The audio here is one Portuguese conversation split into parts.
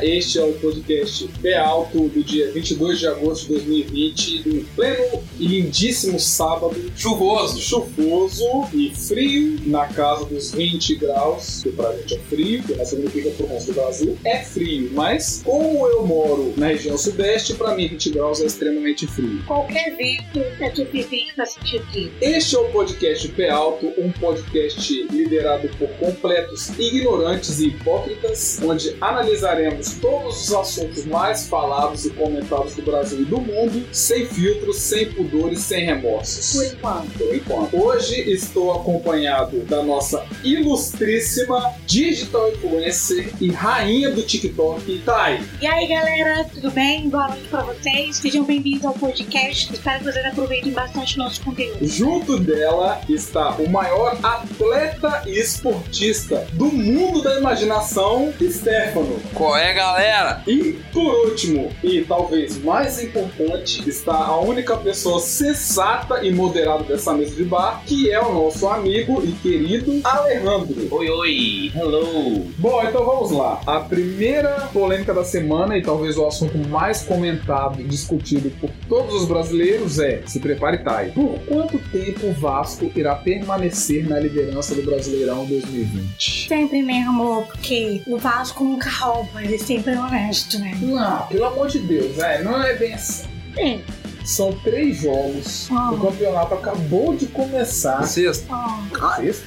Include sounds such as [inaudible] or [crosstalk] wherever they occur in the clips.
Este é o podcast Pé Alto do dia 22 de agosto de 2020, do pleno e lindíssimo sábado, Chuvoso. chuvoso e frio, na casa dos 20 graus, que pra gente é frio, que não significa pro resto do Brasil, é frio, mas como eu moro na região sudeste, pra mim 20 graus é extremamente frio. Qualquer vento é de vizinho pra sentir frio. Este é o podcast Pé Alto, um podcast liderado por completos ignorantes e hipócritas, onde analisaremos todos os assuntos mais falados e comentados do Brasil e do mundo, sem filtros, sem pudores, sem Por remorsos. enquanto. Por enquanto. Hoje estou acompanhado da nossa ilustríssima digital influencer e rainha do TikTok, Thay. E aí, galera, tudo bem? Boa noite pra vocês. Sejam bem-vindos ao podcast. Espero que vocês aproveitem bastante o nosso conteúdo. Junto dela está o maior atleta e esportista do mundo da imaginação, Stefano. Qual é, galera? E por último, e talvez mais importante, está a única pessoa sensata e moderada dessa mesa de bar, que é o nosso amigo e querido Alejandro. Oi, oi. Hello. Bom, então vamos lá. A primeira polêmica da semana e talvez o assunto mais comentado e discutido por todos os brasileiros é: se prepare, Thay. Por quanto tempo o Vasco irá permanecer na liderança do Brasileirão 2020? Sempre mesmo, amor, porque o Vasco nunca rouba, ele sempre é honesto, né? Não, pelo amor de Deus, é, não é bem assim. É. São três jogos. Ah. O campeonato acabou de começar. Sexto. Ah,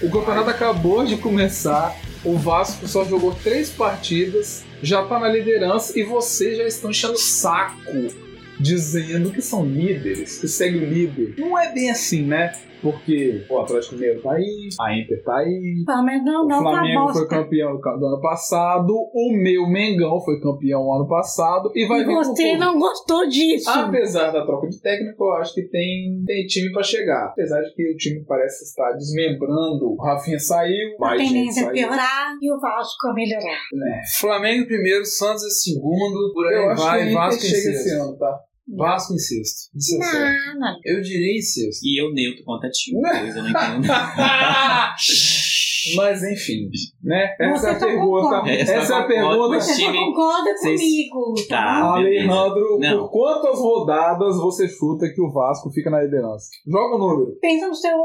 O campeonato acabou de começar. O Vasco só jogou três partidas, já tá na liderança e vocês já estão enchendo o saco dizendo que são líderes, que segue o líder. Não é bem assim, né? Porque o Atlético Mineiro tá aí, a Inter tá aí, pelo menos não, o não tá Flamengo foi bosta. campeão do ano passado, o meu Mengão foi campeão ano passado e vai E vir com você tudo. Ah, não gostou disso. Apesar da troca de técnico, eu acho que tem, tem time pra chegar. Apesar de que o time parece estar desmembrando. O Rafinha saiu, a mais gente tendência é saiu. piorar e o Vasco a melhorar. Flamengo em primeiro, Santos em segundo, por aí é Eu acho vai, que o Inter Vasco em chega esse sexto. ano, tá? Vasco em sexto. Isso é certo. Não, não. Eu diria em sexto. E eu neutro contra time, coisa, não [laughs] entendo. Mas enfim, né? Essa Você é a tá pergunta. concordando. Essa, é a Eu concordo, pergunta. mas Você time- não concorda vocês- comigo. Tá. Ah, tá, beleza. Alejandro, Não. por quantas rodadas você chuta que o Vasco fica na liderança? Joga o número. Pensa no seu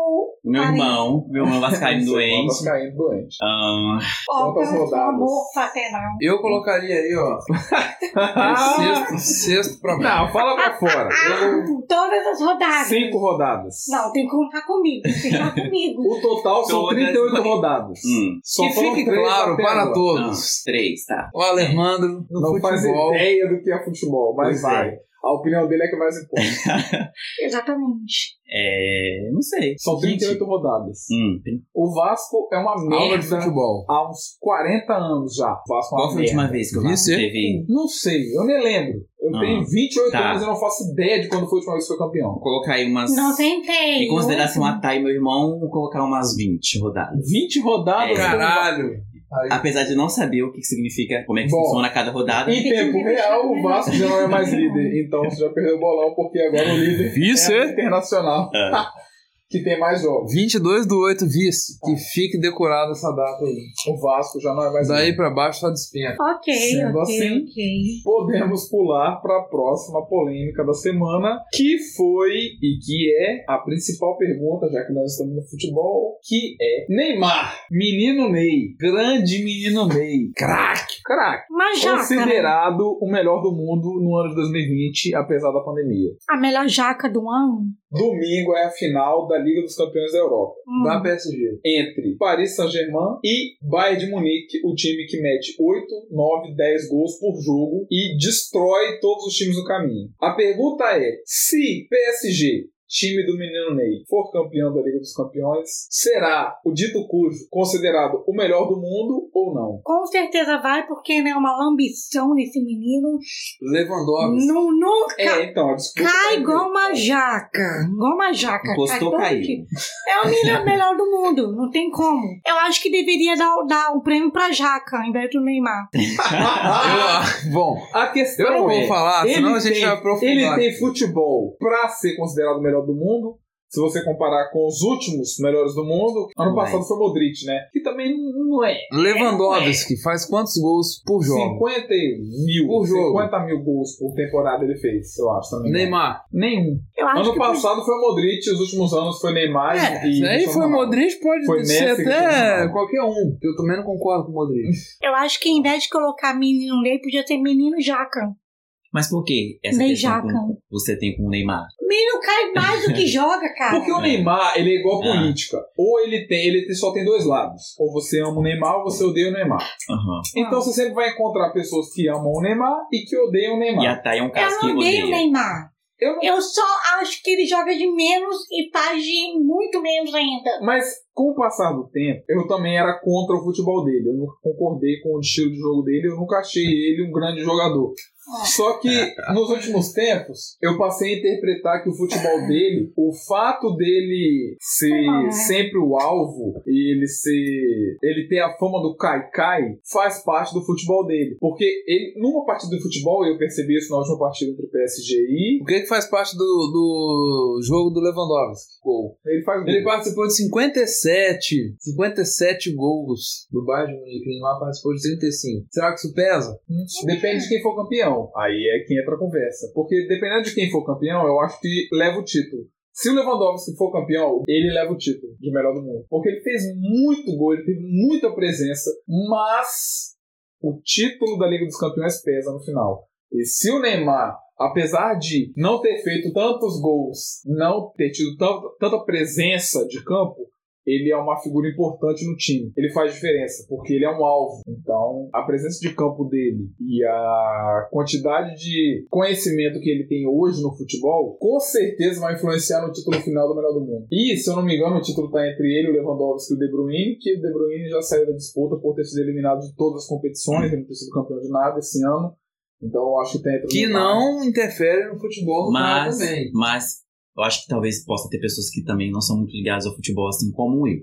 Meu irmão, meu irmão [laughs] vascaíno doente. Vascaíno doente. Ahn, óbvio, Quantas seu rodadas? amor fraternal. Eu colocaria [laughs] aí, ó. Sexto, sexto pra baixo. Não, fala pra [laughs] fora. Todas as rodadas. Cinco rodadas. Não, tem que contar comigo. Tem que [laughs] contar comigo. O total são Todas 38 vai- rodadas. hum, Só que foram fique três claro até para agora. não, todos. três, tá. O Alemandro no Não faz futebol. ideia do que é futebol, mas Pois vai. é. A opinião dele é que mais importa. Exatamente. É, não sei. São 38 rodadas. Gente, hum, tem- O Vasco é uma Aula de merda futebol. há uns 40 anos já. O Vasco é Qual uma foi a última merda. vez que o Devia Vasco ser. teve? Não sei, eu nem lembro. Eu Ah, tenho 28 tá. anos e não faço ideia de quando foi a última vez que foi campeão. Vou colocar aí umas. Não tentei. Em consideração a Thay e assim meu irmão, vou colocar umas 20 rodadas. 20 rodadas. É. Caralho. Apesar de não saber o que significa, como é que Bom. funciona cada rodada. Em tempo real, o Vasco já não é mais líder. Então você já perdeu o bolão, porque agora o líder Vice. é o internacional. [laughs] que tem mais jogos. 22 do 8 vice. Que fique decorada essa data aí. O Vasco já não é mais Daí líder. pra baixo só despenca. Ok, Sendo ok, assim, ok. Podemos pular para a próxima polêmica da semana, que foi e que é a principal pergunta, já que nós estamos no futebol, que é Neymar, menino Ney, grande menino Ney, craque, craque. Uma jaca. né? Considerado o melhor do mundo no ano de 2020, apesar da pandemia. A melhor jaca do ano. Domingo é a final da Liga dos Campeões da Europa. Hum. Da PSG. entre Paris Saint-Germain e Bayern de Munique, o time que mete 8, 9, 10 gols por jogo e destrói todos os times no caminho. A pergunta é: se PSG, time do menino Ney, for campeão da Liga dos Campeões, será o dito cujo considerado o melhor do mundo ou não? Com certeza vai, porque né, uma lambição nesse menino. Lewandowski. Nu- nunca É, então, a disputa tá cai entre- igual uma jaca. Igual uma jaca. Encostou, todo caiu. dia. É o [laughs] melhor, melhor do mundo. Não tem como. Eu acho que deveria dar, dar um prêmio pra jaca, ao invés do Neymar. Eu- bom, A questão eu não é, vou falar, Ah, senão a gente tem, vai aprofundar. Ele tem aqui. futebol pra ser considerado o melhor do mundo? Se você comparar com os últimos melhores do mundo, ano Não passado foi Modric, né? Que também não não é. Lewandowski faz quantos gols por jogo? 50 mil, Por jogo. 50 mil gols por temporada ele fez, eu acho também. Neymar. Nenhum. Eu acho ano que por passado foi Modric, os últimos anos foi Neymar É, e. isso aí foi Modric, pode Foi ser Messi que até foi qualquer um. Eu também não concordo com o Modric. Eu acho que em vez de colocar menino gay, podia ter menino jaca. Mas por que essa Nem questão jaca. com- você tem com o Neymar? Menino cai mais do que [laughs] joga, cara. Porque o Neymar, ele é igual a Ah. política. Ou ele tem, ele só tem dois lados. Ou você ama o Neymar ou você odeia o Ah. Neymar. Aham. Então você sempre vai encontrar pessoas que amam o Neymar e que odeiam o Neymar. E a Thay é um Eu caso que não eu odeio o odeio. Neymar. Eu não- Eu só acho que ele joga de menos e faz de muito menos ainda. Mas com o passar do tempo, eu também era contra o futebol dele. Eu nunca concordei com o estilo de jogo dele, eu nunca achei ele um grande jogador. Só que nos últimos tempos, eu passei a interpretar que o futebol dele, o fato dele ser Sei lá, né? sempre o alvo e ele ser. ele ter a fama do Kai-Kai faz parte do futebol dele. Porque ele, numa partida de futebol, eu percebi isso na última partida entre PSG e. O que, que faz parte do, do jogo do Lewandowski? Gol. Ele faz um gol. Ele participou de 57, 57 gols do Bayern de Munique. O Neymar participou de 35. Será que isso pesa? Depende de quem for campeão. Aí é que entra a conversa. Porque dependendo de quem for campeão, eu acho que leva o título. Se o Lewandowski for campeão, ele leva o título de melhor do mundo. Porque ele fez muito gol, ele teve muita presença, mas o título da Liga dos Campeões pesa no final. E se o Neymar, apesar de não ter feito tantos gols, não ter tido tanto- tanta presença de campo, ele é uma figura importante no time. Ele faz diferença, porque ele é um alvo. Então, a presença de campo dele e a quantidade de conhecimento que ele tem hoje no futebol, com certeza vai influenciar no título final do melhor do mundo. E, se eu não me engano, o título está entre ele, o Lewandowski e o De Bruyne, que o De Bruyne já saiu da disputa por ter sido eliminado de todas as competições, ele não ter sido campeão de nada esse ano. Então, eu acho que tem entre o Que Neymar. não interfere no futebol do cara Mas, também. mas eu acho que talvez possa ter pessoas que também não são muito ligadas ao futebol, assim como eu.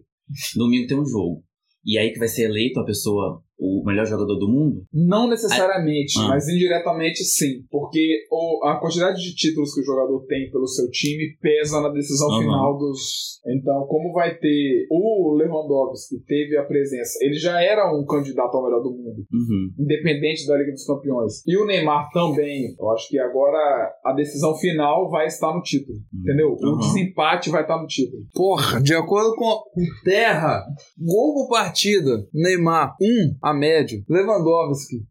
Domingo tem um jogo. E aí que vai ser eleito a pessoa, o melhor jogador do mundo? Não necessariamente, Ah. mas indiretamente sim. Porque o- a quantidade de títulos que o jogador tem pelo seu time pesa na decisão Aham. final dos. Então, como vai ter o Lewandowski, que teve a presença, ele já era um candidato ao melhor do mundo, Uhum. independente da Liga dos Campeões. E o Neymar também. Eu acho que agora a decisão final vai estar no título, entendeu? O Aham. desempate vai estar no título. Uhum. Porra, de acordo com o Terra, gol por partida, Neymar 1 a média, Lewandowski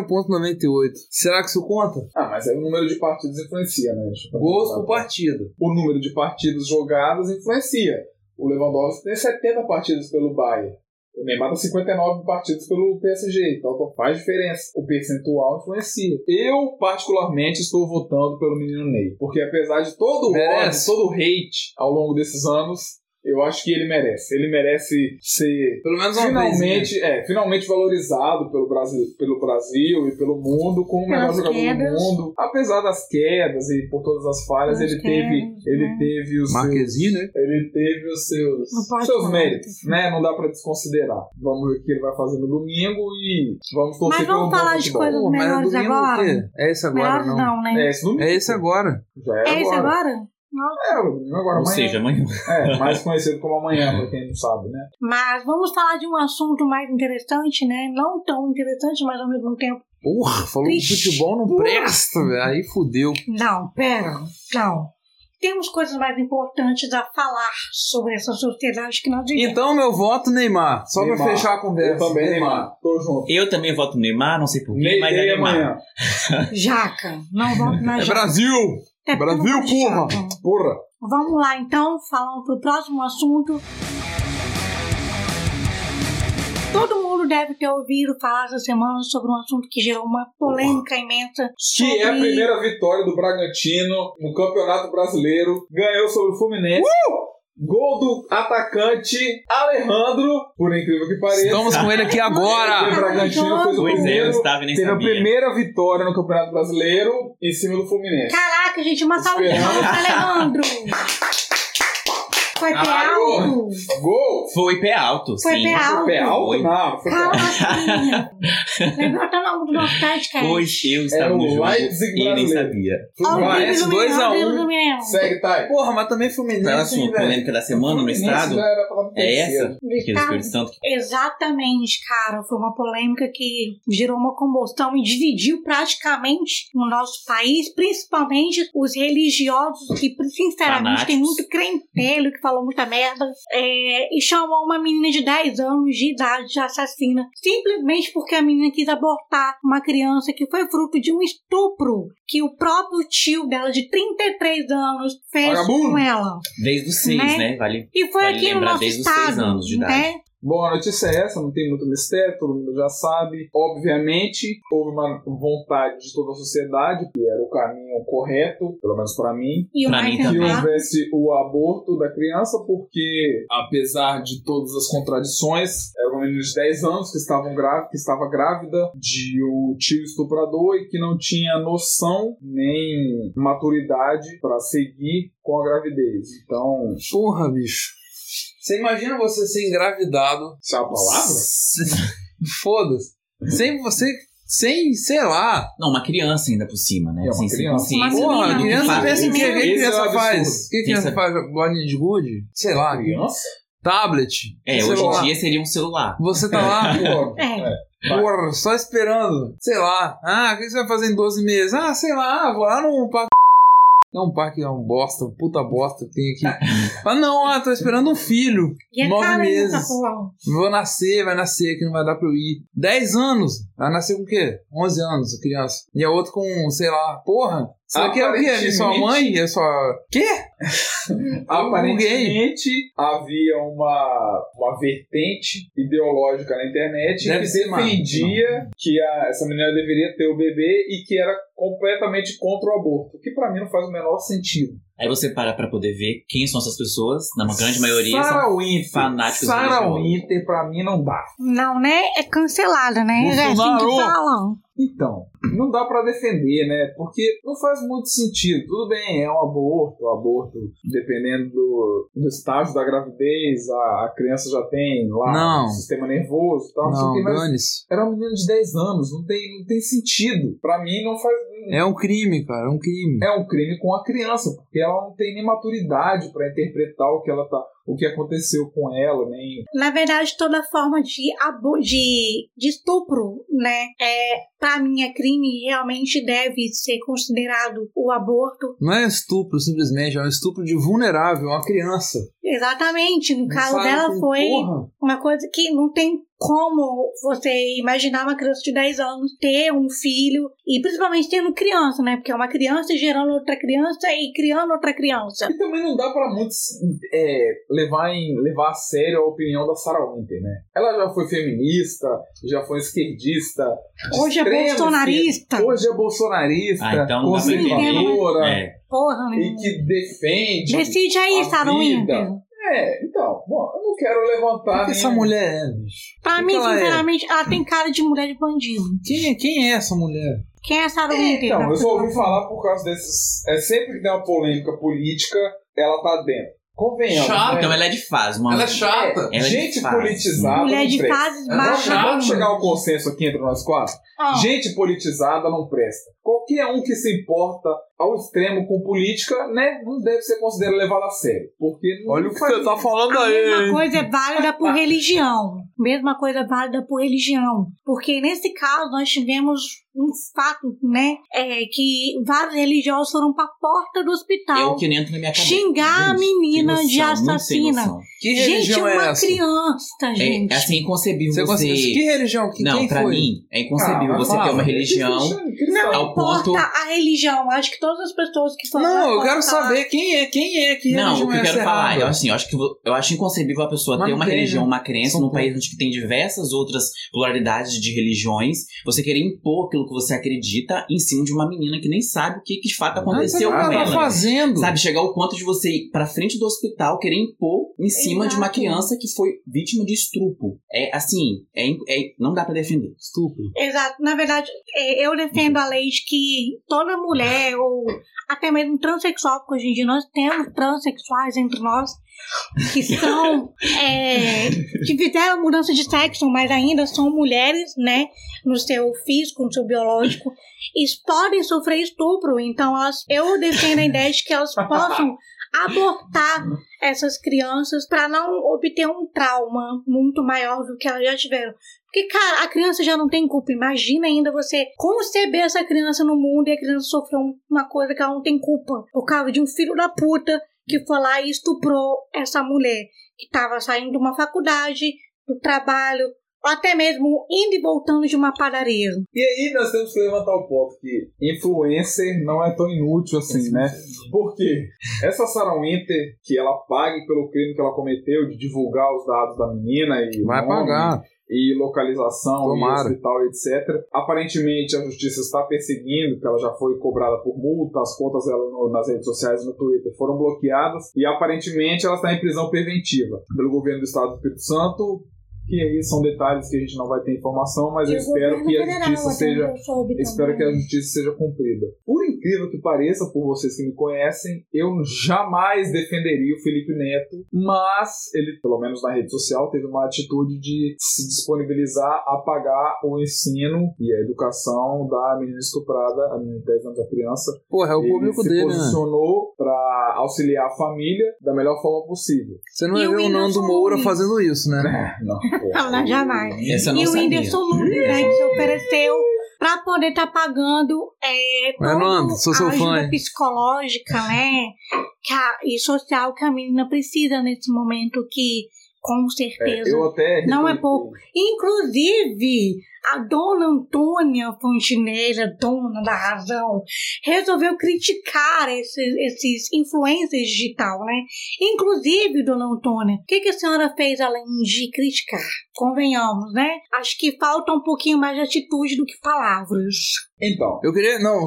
0.98. Será que isso conta? Ah, mas aí o número de partidas influencia, né? Deixa eu Gols perguntar. por partida. o número de partidas jogadas influencia. O Lewandowski tem 70 partidas pelo Bayern. O Neymar tem 59 partidas pelo PSG, então faz diferença. O percentual influencia. Eu, particularmente, estou votando pelo menino Ney. Porque apesar de todo o ódio, Merece. todo o hate ao longo desses anos, eu acho que ele merece. Ele merece ser Pelo menos uma vez. né? finalmente, né? é, finalmente valorizado pelo Brasil, pelo Brasil e pelo mundo como o melhor Pelas jogador quedas. do mundo. Apesar das quedas e por todas as falhas, Pelas ele quedas, teve, ele né? teve os Marquezinho, né? seus, ele teve os seus, Não pode seus falar. méritos, né? Não dá pra desconsiderar. Vamos ver o que ele vai fazer no domingo e vamos torcer Mas vamos pelo bom falar de futebol. coisas Pô, mas é melhores domingo o agora? quê? É esse agora, Melhores não. não, né? É esse domingo. É esse agora. Já é, É, isso agora. agora? É, o domingo agora Ou amanhã. seja, amanhã. [laughs] É, mais conhecido como amanhã, pra quem não sabe, né? Mas vamos falar de um assunto mais interessante, né? Não tão interessante, mas ao mesmo tempo. Porra, falou que Ixi, futebol não porra. presta, velho. Aí fudeu. Não, pera, não. Temos coisas mais importantes a falar sobre essa sociedade que nós vivemos. Então, meu voto, Neymar. Só Neymar. pra fechar a É, Eu conversa. também, Neymar. Tô junto. Eu também voto no Neymar, não sei porquê, Ney, mas é Ney Neymar. amanhã. Jaca, não vamos na É jaca. Brasil! Até porque eu não Brasil, gosto de porra! jaca. Porra. Vamos lá então, falando pro próximo assunto. Todo mundo deve ter ouvido falar essa semana sobre um assunto que gerou uma polêmica imensa. Que é a sobre- primeira vitória do Bragantino no Campeonato Brasileiro. Ganhou sobre o Fluminense. Gol do atacante Alejandro, por incrível que pareça. Estamos com ele aqui O agora! Bragantino fez o Pois é, eu primeiro, estava e nem teve a sabia. primeira vitória no Campeonato Brasileiro em cima do Fluminense. Caraca, gente, uma salva de palmas pra Leandro! Foi pé Caralho! alto. Gol! Foi pé alto, Foi sim. pé alto. Pé alto? Foi. Não, foi pé Calma, filha. Lembrou até o nome do nosso tarde, cara. Pois eu Era estava o no jogo Leipzig e nem brasileiro. sabia. Ó, o Vai, Felipe S2 Lumiel, a Felipe um. Lumiel. Segue, Thay. [laughs] Porra, mas também Tá na Fluminense, sua hein, velho. polêmica da semana no Fluminense estado? já era pra É acontecer. essa? Que é do Tá. Espírito Santo que Exatamente, cara. Foi uma polêmica que gerou uma combustão e dividiu praticamente o nosso país, principalmente os religiosos que, sinceramente, Fanáticos. tem muito crentelho que falou muita merda. É, e chamou uma menina de 10 anos de idade de assassina, simplesmente porque a menina quis abortar uma criança que foi fruto de um estupro que o próprio tio dela, de 33 anos, fez Vagabundo. com ela. desde os seis, Né? né? Vale. E foi Vale aqui no lembrar nosso desde os estado. seis anos de idade. né? Bom, a notícia é essa, não tem muito mistério, todo mundo já sabe. Obviamente, houve uma vontade de toda a sociedade, que era o caminho correto, pelo menos pra mim, E o Pra mais mim que também. sensato- houvesse o aborto da criança, porque apesar de todas as contradições, era uma menina de 10 anos que, estavam grá- que estava grávida de o tio estuprador e que não tinha noção nem maturidade pra seguir com a gravidez. Então, Porra, bicho. Você imagina você ser engravidado. isso é uma palavra? [laughs] Foda-se. Sem você. Sem, sei lá. Não, uma criança ainda por cima, né? É uma Assim, sem criança. consciência. Uma Porra, Sim, Não, criança faz. vê pensa em quê? O que Esse que é criança um absurdo. faz? O que Quem criança sabe? faz? Bolinha de gude? Sei lá. é Criança? Tablet? É, hoje celular. em dia seria um celular. Você tá [laughs] lá, Pô, É. Vai. porra, só esperando. Sei lá. Ah, o que você vai fazer em 12 meses? Ah, sei lá, vou lá num parque. Não, um parque é um bosta, um puta bosta [laughs] que tem aqui. Mas não, ah, tô esperando um filho. E é Nove caro ainda, meses. porra. Vou nascer, vai nascer, que não vai dar pra eu ir. 10 anos. Vai nascer com o quê? 11 anos, a criança. E a outra com, sei lá, porra. Isso daqui é o quê? É sua mãe? É sua. Quê? Aparentemente havia uma, uma vertente ideológica na internet Deve que ser má. defendia que a- essa menina deveria ter o bebê e que era completamente contra o aborto, o que pra mim não faz o menor sentido. Aí você para pra poder ver quem são essas pessoas. Na grande maioria são Sarah Winter, fanáticos Sarah religiosos. Winter pra mim não dá. Não, né? É cancelada, né? É assim que Bolsonaro. falam. Então, não dá pra defender, né? Porque não faz muito sentido. Tudo bem, é um aborto, um aborto, dependendo do, do estágio da gravidez, a, a criança já tem lá Não. um sistema nervoso e tal, não sei o Não, que, mas dane-se. era um menino de 10 anos, não tem, não tem sentido. Pra mim, não faz. É um crime, cara, é um crime. É um crime com a criança, porque ela não tem nem maturidade pra interpretar o que ela tá. O que aconteceu com ela, nem. Na verdade, toda forma de, abo de, de estupro, né? É, pra mim, é crime e realmente deve ser considerado o aborto. Não é estupro, simplesmente, é um estupro de vulnerável, é uma criança. Exatamente. No Não caso sabe dela com foi Porra. uma coisa que não tem como você imaginar uma criança de 10 anos ter um filho, e principalmente tendo criança, né? Porque é uma criança gerando outra criança e criando outra criança. E também não dá pra muito é, levar, em, levar a sério a opinião da Sarah Winter, né? Ela já foi feminista, já foi esquerdista. de Hoje é extrema bolsonarista. esquerda, Hoje é bolsonarista, Ah, então não dá pra conservadora, entender. É. Porra, né? e que defende. Decide aí, a Sarah vida. Winter. É, então, bom, eu não quero levantar. O que nem- essa mulher é, bicho? Pra Que mim, que ela é? sinceramente, ela tem cara de mulher de bandido. Quem, quem é essa mulher? Quem é tá Sarah Winter? Então, né? eu só ouvi falar. falar por causa desses. É sempre que tem uma polêmica política, ela tá dentro. Convenhamos. Chata, né? Então ela é de fase, uma Ela é chata. Ela é gente de fase. politizada. Mulher não de presta. fases Ela é Vamos, chata. baixas. vamos chegar ao consenso aqui entre nós quatro? Ah, Gente politizada não presta. Qualquer um que se importa ao extremo com política, né, não deve ser considerado levado a sério. Porque É. não faz- tá falando A mesma coisa é válida [laughs] por religião. Mesma coisa é válida por religião. Porque nesse caso nós tivemos um fato, né? É que vários religiosos foram pra porta do É o hospital que não entra na minha cabeça. xingar a menina Sem de noção, muito sem assassina. noção. Que Gente, religião é uma essa? criança, gente. É, assim, inconcebível Você você... consegue- Que religião? Que, Não, quem pra foi? mim, é Ah, inconcebível mas você ter fala. uma religião... é Não, ao Importa ponto- a religião. Acho que todas as pessoas que foram é um Não, lá eu quero porta- saber quem é, quem é, que Não, religião o que eu é quero essa falar, errada? eu, assim, eu acho que vo- eu acho inconcebível a pessoa Mas ter não uma tem, religião, né? uma crença São num poucos. país onde que tem diversas outras polaridades de religiões, você querer impor aquilo que você acredita em cima de uma menina que nem sabe o que que de fato Não sei aconteceu o que com ela tá ela. fazendo. Sabe, chegar ao ponto de você ir pra frente do hospital querer impor em cima de uma Exato. criança que foi vítima de estrupo. É assim, é, in- é- não dá pra defender. Estúpido. Exato. Na verdade, é, eu defendo a lei de que toda mulher ou ou até mesmo transexual, porque hoje em dia nós temos transexuais entre nós que são é, que fizeram mudança de sexo, mas ainda são mulheres, né, no seu físico, no seu biológico, e podem sofrer estupro. Então, elas, eu defendo a ideia de que elas possam abortar essas crianças para não obter um trauma muito maior do que elas já tiveram. Porque, cara, a criança já não tem culpa. Imagina ainda você conceber essa criança no mundo e a criança sofrer um- uma coisa que ela não tem culpa. Por causa de um filho da puta que foi lá e estuprou essa mulher que estava saindo de uma faculdade, do trabalho, ou até mesmo indo e voltando de uma padaria. E aí nós temos que levantar o ponto que influencer não é tão inútil assim, né? Porque essa Sarah Winter, que ela pague pelo crime que ela cometeu de divulgar os dados da menina e Vai nome, né? pagar. e localização Tomara. e hospital, etc. Aparentemente a justiça está perseguindo, porque ela já foi cobrada por multa, as contas dela no- nas redes sociais e no Twitter foram bloqueadas e aparentemente ela está em prisão preventiva pelo governo do estado do Espírito Santo. Que aí são detalhes que a gente não vai ter informação, mas eu espero que a justiça seja Espero que a justiça seja cumprida. Por incrível que pareça, por vocês que me conhecem, eu jamais defenderia o Felipe Neto, mas ele, pelo menos na rede social, teve uma atitude de se disponibilizar a pagar o ensino e a educação da menina estuprada, a menina de 10 anos da criança, Porra, é o ele público se dele, né? posicionou para auxiliar a família da melhor forma possível. Você não E vai o ver o Nando Whindersson Moura Nunes? fazendo isso, né? Não, Não, não, jamais. Essa eu não e o sabia. Whindersson Nunes, né, que se ofereceu pra poder estar pagando é, Vai, toda Nando, sou seu a ajuda fã. psicológica, né, que a- e social que a menina precisa nesse momento que, com certeza... eu até Não é pouco. Inclusive, a dona Antônia Fontineira, dona da razão, resolveu criticar esses, esses influencers digital, né? Inclusive, dona Antônia, o que, que a senhora fez além de criticar? Convenhamos, né? Acho que falta um pouquinho mais de atitude do que palavras. Então, Eu queria. Não,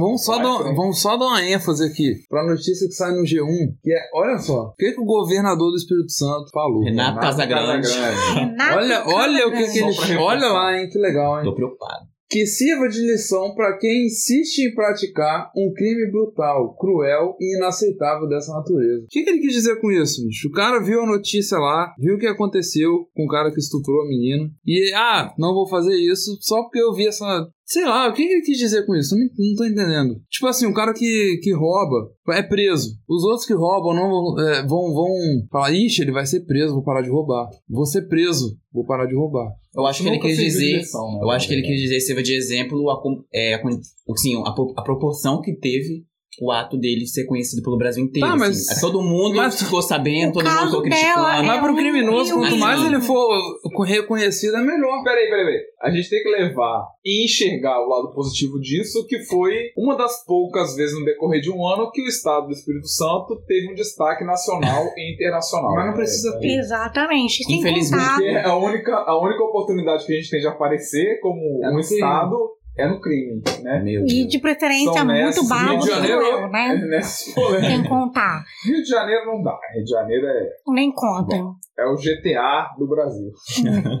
vamos só, Vai, dar, um, Frank. vamos só dar uma ênfase aqui pra notícia que sai no G1, que é, olha só, o que, que o governador do Espírito Santo falou? Então, Renato Casagrande. Renato Olha, olha o que, que Só Casagrande. pra ele. reforçar. Olha lá, hein? Que legal, hein? Tô preocupado. que sirva de lição para quem insiste em praticar um crime brutal, cruel e inaceitável dessa natureza. O que, que ele quis dizer com isso, bicho? O cara viu a notícia lá, viu o que aconteceu com o cara que estuprou a menina e, ah, não vou fazer isso só porque eu vi essa. Sei lá, o que, que ele quis dizer com isso? Eu Não, não tô entendendo. Tipo assim, um cara que, que rouba é preso. Os outros que roubam não vão, é, vão, vão falar, ixi, ele vai ser preso, vou parar de roubar. Vou ser preso, vou parar de roubar. Eu acho que ele Nunca quis serviu de dizer. lição, né, Eu acho que ele na quis dizer, sirva de exemplo, a, com- é, a, con- assim, a, pro- a proporção que teve o ato dele ser conhecido pelo Brasil inteiro. Tá, assim. mas- Todo mundo mas- ficou sabendo, O todo mundo caso ficou dela criticando. é- Mas para o um criminoso, rio quanto mais mesmo. ele for reconhecido, é melhor. Peraí, peraí, peraí. A gente tem que levar e enxergar o lado positivo disso, que foi uma das poucas vezes no decorrer de um ano que o Estado do Espírito Santo teve um destaque nacional e internacional. Mas não precisa ter. Exatamente. Sem Infelizmente, Porque contar. é a única, a única oportunidade que a gente tem de aparecer como É no um crime. Estado é no crime, né? Meu E Deus. de preferência São muito nessas. bárbaro, Rio de Janeiro, é. cruel, [laughs] É. né? Nessa polêmica. Sem contar. Rio de Janeiro não dá. Rio de Janeiro é, Nem conta. é o GTA do Brasil.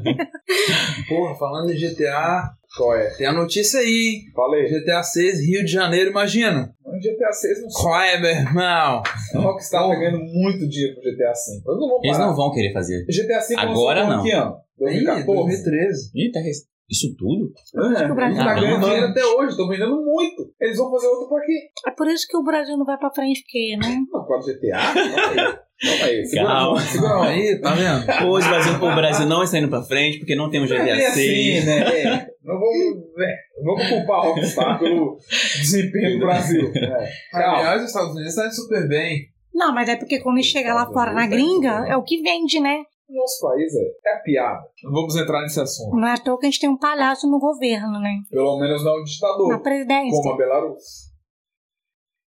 é, Porra, falando em GTA, Qual é? tem a notícia aí. hein? Falei. GTA 6, Rio de Janeiro, imagina. GTA 6 não Qual é, meu irmão? A Rockstar tá ganhando muito dinheiro com GTA V. Eles não vão Eles parar. não vão querer fazer. GTA V lançou um Agora em não. Que ano? Ih, 2014. 2013. Ih, tá res- Isso tudo? É, que o Brasil eles tá tá ganhando ganhando. dinheiro até hoje, estão vendendo muito. Eles vão fazer outro pra quê? É por isso que o Brasil não vai pra frente, porque, né? Não, por causa do GTA? Calma aí. Calma aí. Segura a mão, Calma. segura a mão. Aí, tá vendo? Hoje o Brasil, o Brasil não está indo pra frente porque não um temos Não é bem GTA 6. assim, né? É, Não vamos, né? Não vamos culpar a Rockstar pelo desempenho do Brasil. É. Calma. Aliás, os Estados Unidos tá indo super bem. Não, mas é porque quando chega lá fora na gringa, é o que vende, né? Nosso país é, é piada. Não vamos entrar nesse assunto. Não é à toa que a gente tem um palhaço no governo, né? Pelo menos não é um ditador. Na como presidência. a Belarus,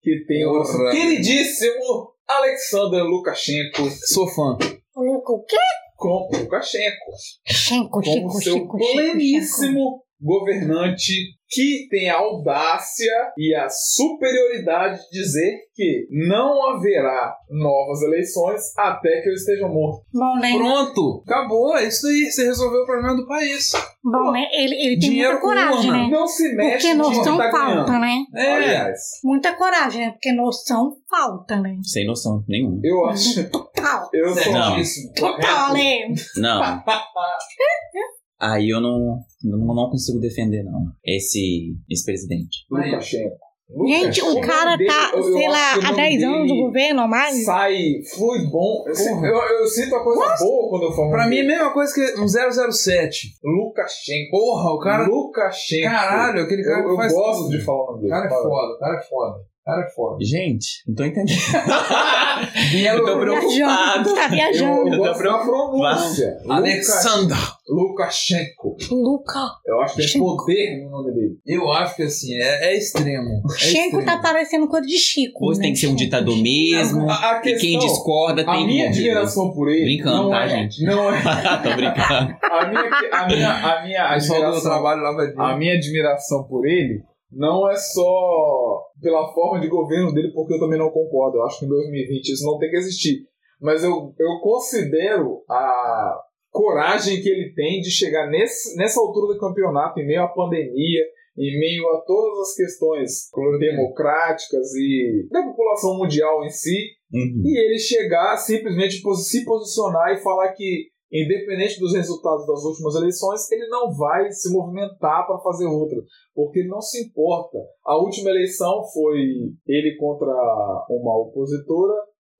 que tem o Porra. queridíssimo Alexander Lukashenko Sou fã. Louco, o quê? como Lukashenko Chico, como Chico, seu Chico, Chico, Chico. pleníssimo governante que tem a audácia e a superioridade de dizer que não haverá novas eleições até que eu esteja morto. Bom, né? Pronto, acabou, é isso aí. Você resolveu o problema do país. Bom, né? Ele, ele tem Dinheiro muita com coragem, urna. né? Não se mexe Porque no que noção tá falta, ganhando. né? É. Aliás, Muita coragem, né? Porque noção falta, né? Sem noção nenhuma. eu acho. Total. Eu sou Não. disso. Total, né? Não. Aí eu não, não, não consigo defender, não. Esse, esse presidente. Lukashenko. Gente, o Lukashenko, cara nome tá, dele- eu- eu sei acho lá, que o há nome 10 anos do dele governo, ou mais. Sai, flui bom. Eu, sinto- eu, eu sinto a coisa boa quando eu falo. Pra mim, dele. é a mesma coisa que um 007. Lukashenko. Porra, o cara. Lukashenko. Caralho, aquele cara eu, que eu faz. gosto tudo. de falar o nome O dele. cara é Fala. foda, o cara é foda. O cara é foda. Gente, não tô entendendo. E é Eu tô loucura. Viajando, preocupado. Eu, tá eu, viajando. tô gosto da pronúncia. Luka- Alexander. Lukashenko. Luca. Eu acho que tem Shenko. poder no nome dele. Eu acho que assim, é, é extremo. É Chico extremo. tá parecendo coisa de Chico. Hoje né? tem que ser um ditador mesmo. A, a E quem questão, discorda a tem que minha morrer. admiração por ele. Brincando, não tá, é, gente? Não é. [laughs] Tô brincando. A minha, a minha, a [laughs] minha O pessoal do meu admiração trabalho lá vai ver. a minha admiração por ele não é só pela forma de governo dele, porque eu também não concordo. Eu acho que em 2020 isso não tem que existir. Mas eu, eu considero a coragem que ele tem de chegar nesse, nessa altura do campeonato, em meio à pandemia, em meio a todas as questões democráticas e da população mundial em si, Uhum. e ele chegar simplesmente pos- se posicionar e falar que, independente dos resultados das últimas eleições, ele não vai se movimentar para fazer outra, porque ele não se importa. A última eleição foi ele contra uma opositora,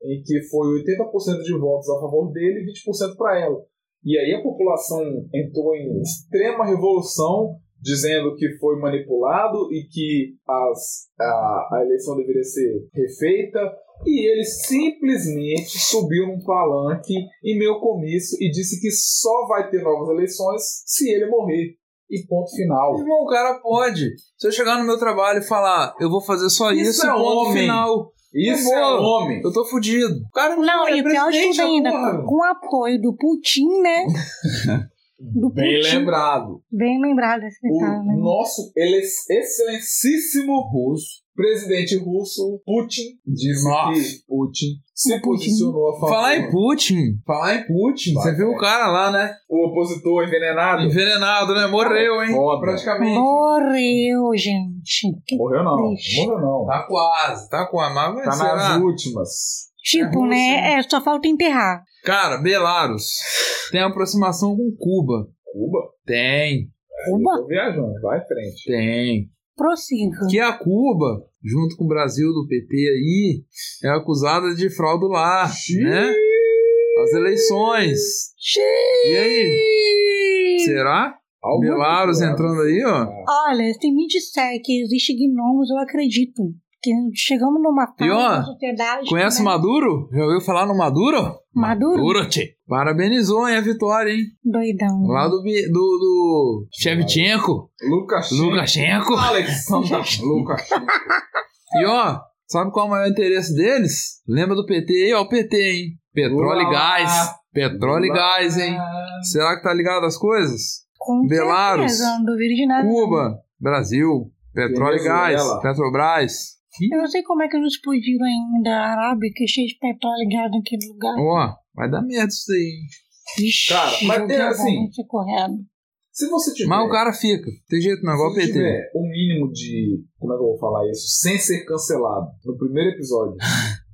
em que foi 80% de votos a favor dele e 20% para ela. E aí a população entrou em extrema revolução, dizendo que foi manipulado e que as, a, a eleição deveria ser refeita. E ele simplesmente subiu num palanque em meu comício e disse que só vai ter novas eleições se ele morrer. E ponto final. Irmão, o cara pode. Se eu chegar no meu trabalho e falar, eu vou fazer só Isso isso, é e ponto homem. final. Isso é Pô, homem. Eu tô fudido. O cara Não, é e o pior de presidente, tudo ainda, porra. com o apoio do Putin, né? Do Bem Putin. lembrado. Bem lembrado esse cara, né? O nosso ele- excelencíssimo russo, presidente russo, Putin, disse Nossa. que Putin se Putin. posicionou a favor. Falar em Putin. Falar em Putin. Vai, Você viu vai. o cara lá, né? O opositor envenenado. Envenenado, né? Morreu, hein? Foda. Praticamente. Morreu, gente. Que Morreu não. Triste. Morreu não. Tá quase, tá quase. Mas vai Tá será? nas últimas. Tipo, É russo, né? É, só falta enterrar. Cara, Belarus tem aproximação com Cuba. Cuba? Tem, Cuba, Tô viajando. Vai em frente. tem. prossiga. Que a Cuba, junto com o Brasil do PT aí, é acusada de fraudular, né? As eleições. E aí? Será? Algo Belarus assim, entrando aí, ó. Olha, se me disser que existe gnomos, eu acredito. Porque chegamos numa E, ó, da sociedade. Conhece o né? Maduro? Já ouviu falar no Maduro? Maduro? tchê. Parabenizou, hein, a vitória, hein? Doidão. Lá do, Bi- do, do Shevchenko, Lucas Lukashenko. [laughs] Alexandre Lucas E ó, sabe qual é o maior interesse deles? Lembra do PT aí, ó, o PT, hein? Lula. Petróleo e gás. Petróleo e gás, hein? Será que tá ligado as coisas? Com Belarus, certeza, não duvido de nada. Cuba, Brasil, petróleo e Venezuela. gás, Petrobras. Eu não sei como é que não explodiram ainda a Arábia, que é cheio de petróleo ligado naquele lugar. Ó, vai dar merda isso daí. hein? Vixe, Cara, mas joguei é a assim. bagunça correndo. Se você tiver, Mas o cara fica. Tem jeito não, é igual o se você PT. tiver um mínimo de. Como é que eu vou falar isso? Sem ser cancelado. No primeiro [laughs] episódio.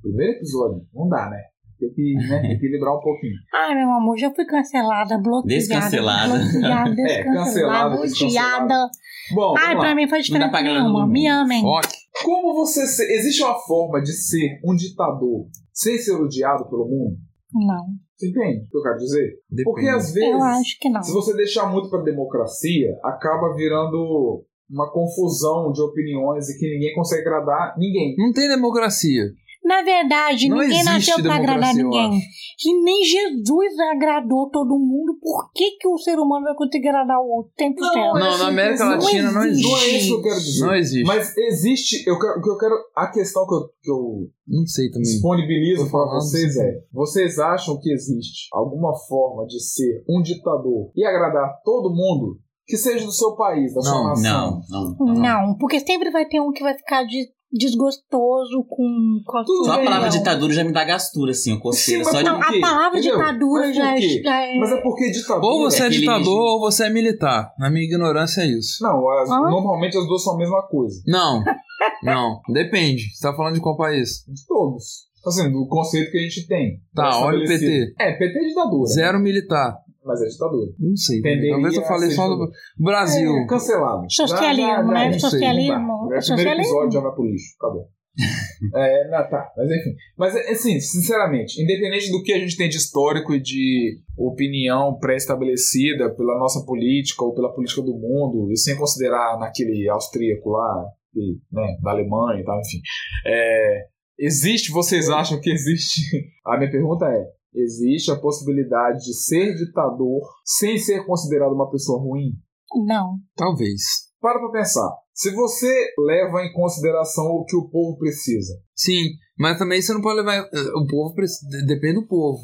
primeiro episódio. Não dá, né? Tem que né, equilibrar um pouquinho. Ai, meu amor, já fui cancelada, bloqueada. Descancelada. Bloqueada, [laughs] É, cancelada, descancelada, odiada. Bom, vamos Ai, lá. pra mim faz Não dá diferença pra ganhar nenhuma. no Me mundo. amem. Ó, como você. Ser, existe uma forma de ser um ditador sem ser odiado pelo mundo? Não, Você entende o que eu quero dizer? Porque depende. às vezes. eu acho que não. Se você deixar muito para democracia, acaba virando uma confusão de opiniões e que ninguém consegue agradar ninguém. Não tem democracia. Na verdade, Não ninguém existe nasceu pra agradar democracia, eu ninguém. acho. E nem Jesus agradou todo mundo. Por que, que o ser humano vai conseguir agradar o outro o tempo é inteiro? Não, isso na que América eu- Latina não existe. Não é isso que eu quero dizer. Não existe. Mas existe, eu quero, o que eu quero, a questão que eu, que eu Não sei também. disponibilizo Tô para falando vocês é: vocês acham que existe alguma forma de ser um ditador e agradar todo mundo? que seja do seu país, da sua Não, nação. Não, não. Não, porque sempre vai ter um que vai ficar de- desgostoso com, com a Tudo Só sua a palavra opinião. ditadura já me dá gastura, assim, eu coceira. Sim, Só mas de... Não, a quê? palavra Entendeu? ditadura Mas já por é, quê? já é- Mas é porque ditadura. Ou você é aquele ditador regime. ou você é militar. Na minha ignorância é isso. Não, as- Hã? normalmente as duas são a mesma coisa. Não. Não. Depende. Você tá falando de qual país? De todos. Assim, do conceito que a gente tem. Tá, olha o Estabelecido. PT. É, PT é ditadura. Zero militar. Mas é ditadura. Não sei. Entenderia Talvez eu falei só do Brasil. É, cancelado. Já- Socialismo, já- já né? é. isso aí, Socialismo. O primeiro Socialismo. episódio já vai pro lixo, acabou. é, não, tá, mas enfim. Mas assim, sinceramente, independente do que a gente tem de histórico e de opinião pré-estabelecida pela nossa política ou pela política do mundo, e sem considerar naquele austríaco lá, e, né, da Alemanha e tal, enfim. É, existe, vocês acham que existe? [laughs] A minha pergunta é: existe a possibilidade de ser ditador sem ser considerado uma pessoa ruim? Não. Talvez. Para pra pensar. Se você leva em consideração o que o povo precisa. Sim. Mas também você não pode levar. eh, O povo precisa. Depende do povo.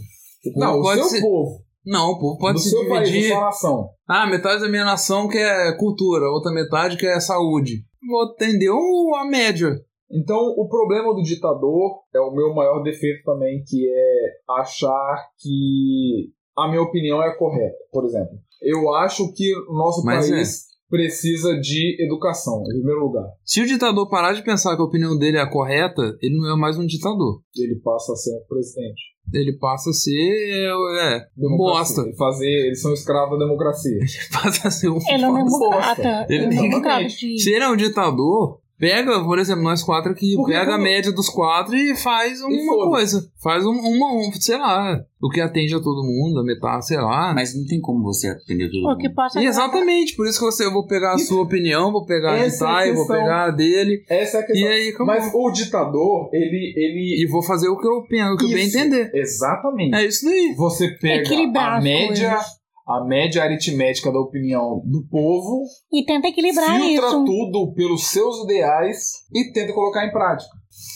O povo não, o pode seu ser- povo. Não, o povo pode do se seu país, dividir. da sua nação. Ah, metade da minha nação que é cultura, outra metade que é saúde. Vou atender o- a média. Então, o problema do ditador é o meu maior defeito também, que é achar que a minha opinião é correta, por exemplo. Eu acho que o nosso Mas é. país precisa de educação, em primeiro lugar. Se o ditador parar de pensar que a opinião dele é a correta, ele não é mais um ditador. Ele passa a ser um presidente. Ele passa a ser. É, é, Democracia. bosta. [laughs] Ele Fazer, eles são escravos da democracia. Passa a ser um. Ele é um democrata. Ele- Ele é um Exatamente. democrata de. Se ele é um ditador, pega, por exemplo, nós quatro aqui, Porque pega a quando- média dos quatro e faz uma foda-se. coisa. Faz um- uma, um, sei lá, o que atende a todo mundo, a metade, sei lá. Ah, né? Mas não tem como você atender tudo. O que possa E exatamente, por isso que você, eu vou pegar a sua opinião, vou pegar a de Essa é a Thay, vou questão. pegar a dele, Essa é a e questão. aí, como... Mas o ditador, ele. ele e vou fazer o que eu penso, o que eu bem Isso, entender. Exatamente. É isso daí. Você pega Equilibrar a as média, coisas. a média aritmética da opinião do povo, E tenta equilibrar filtra isso. tudo pelos seus ideais e tenta colocar em prática.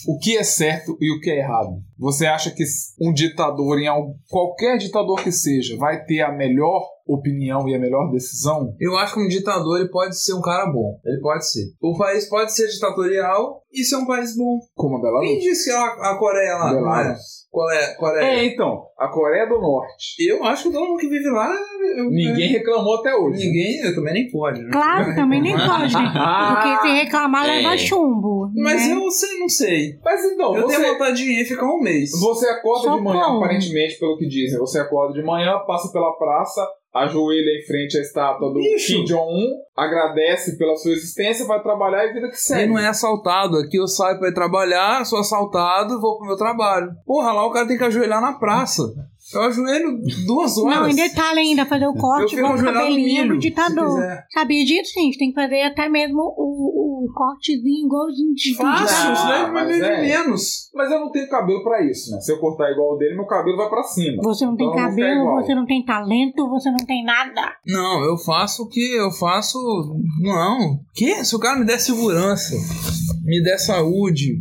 O que é certo e o que é errado? Você acha que um ditador, em algum- qualquer ditador que seja, vai ter a melhor opinião e a melhor decisão? Eu acho que um ditador ele pode ser um cara bom. Ele pode ser. O país pode ser ditatorial e ser um país bom. Como a Belarus? Quem disse que a, a Coreia lá? não é? Belarus. Coreia, Coreia. É, então, a Coreia do Norte. Eu acho que todo mundo que vive lá. eu- Ninguém reclamou até é, hoje. ninguém eu também nem pode, né? Claro, também nem pode, né? Ah, Porque se reclamar, É. leva chumbo. Mas né? eu sei, não sei. Mas então, eu você tenho vontade de ir ficar um mês. Você acorda Só de manhã, como? aparentemente, pelo que dizem. Você acorda de manhã, passa pela praça, ajoelha em frente à estátua do Bicho! Kim Jong-un, agradece pela sua existência, vai trabalhar e vida que Ele segue. não é assaltado. Aqui eu saio pra ir trabalhar, sou assaltado, vou pro meu trabalho. Porra, lá o cara tem que ajoelhar na praça. Eu ajoelho duas horas. Não, em detalhe ainda, fazer o Eu corte fico igual o ajoelhado no cabelinho milho, do se ditador. quiser. Sabia disso, gente? Tem que fazer até mesmo o, o cortezinho igualzinho de do Fácil, ditador. isso daí vai mas ver é. de menos. Mas eu não tenho cabelo pra isso, né? Se eu cortar igual o dele, meu cabelo vai pra cima. Você não tem Então, eu vou ficar cabelo, igual. você não tem talento, você não tem nada. Não, eu faço o que eu faço. Não. Que? Se o cara me der segurança, me der saúde.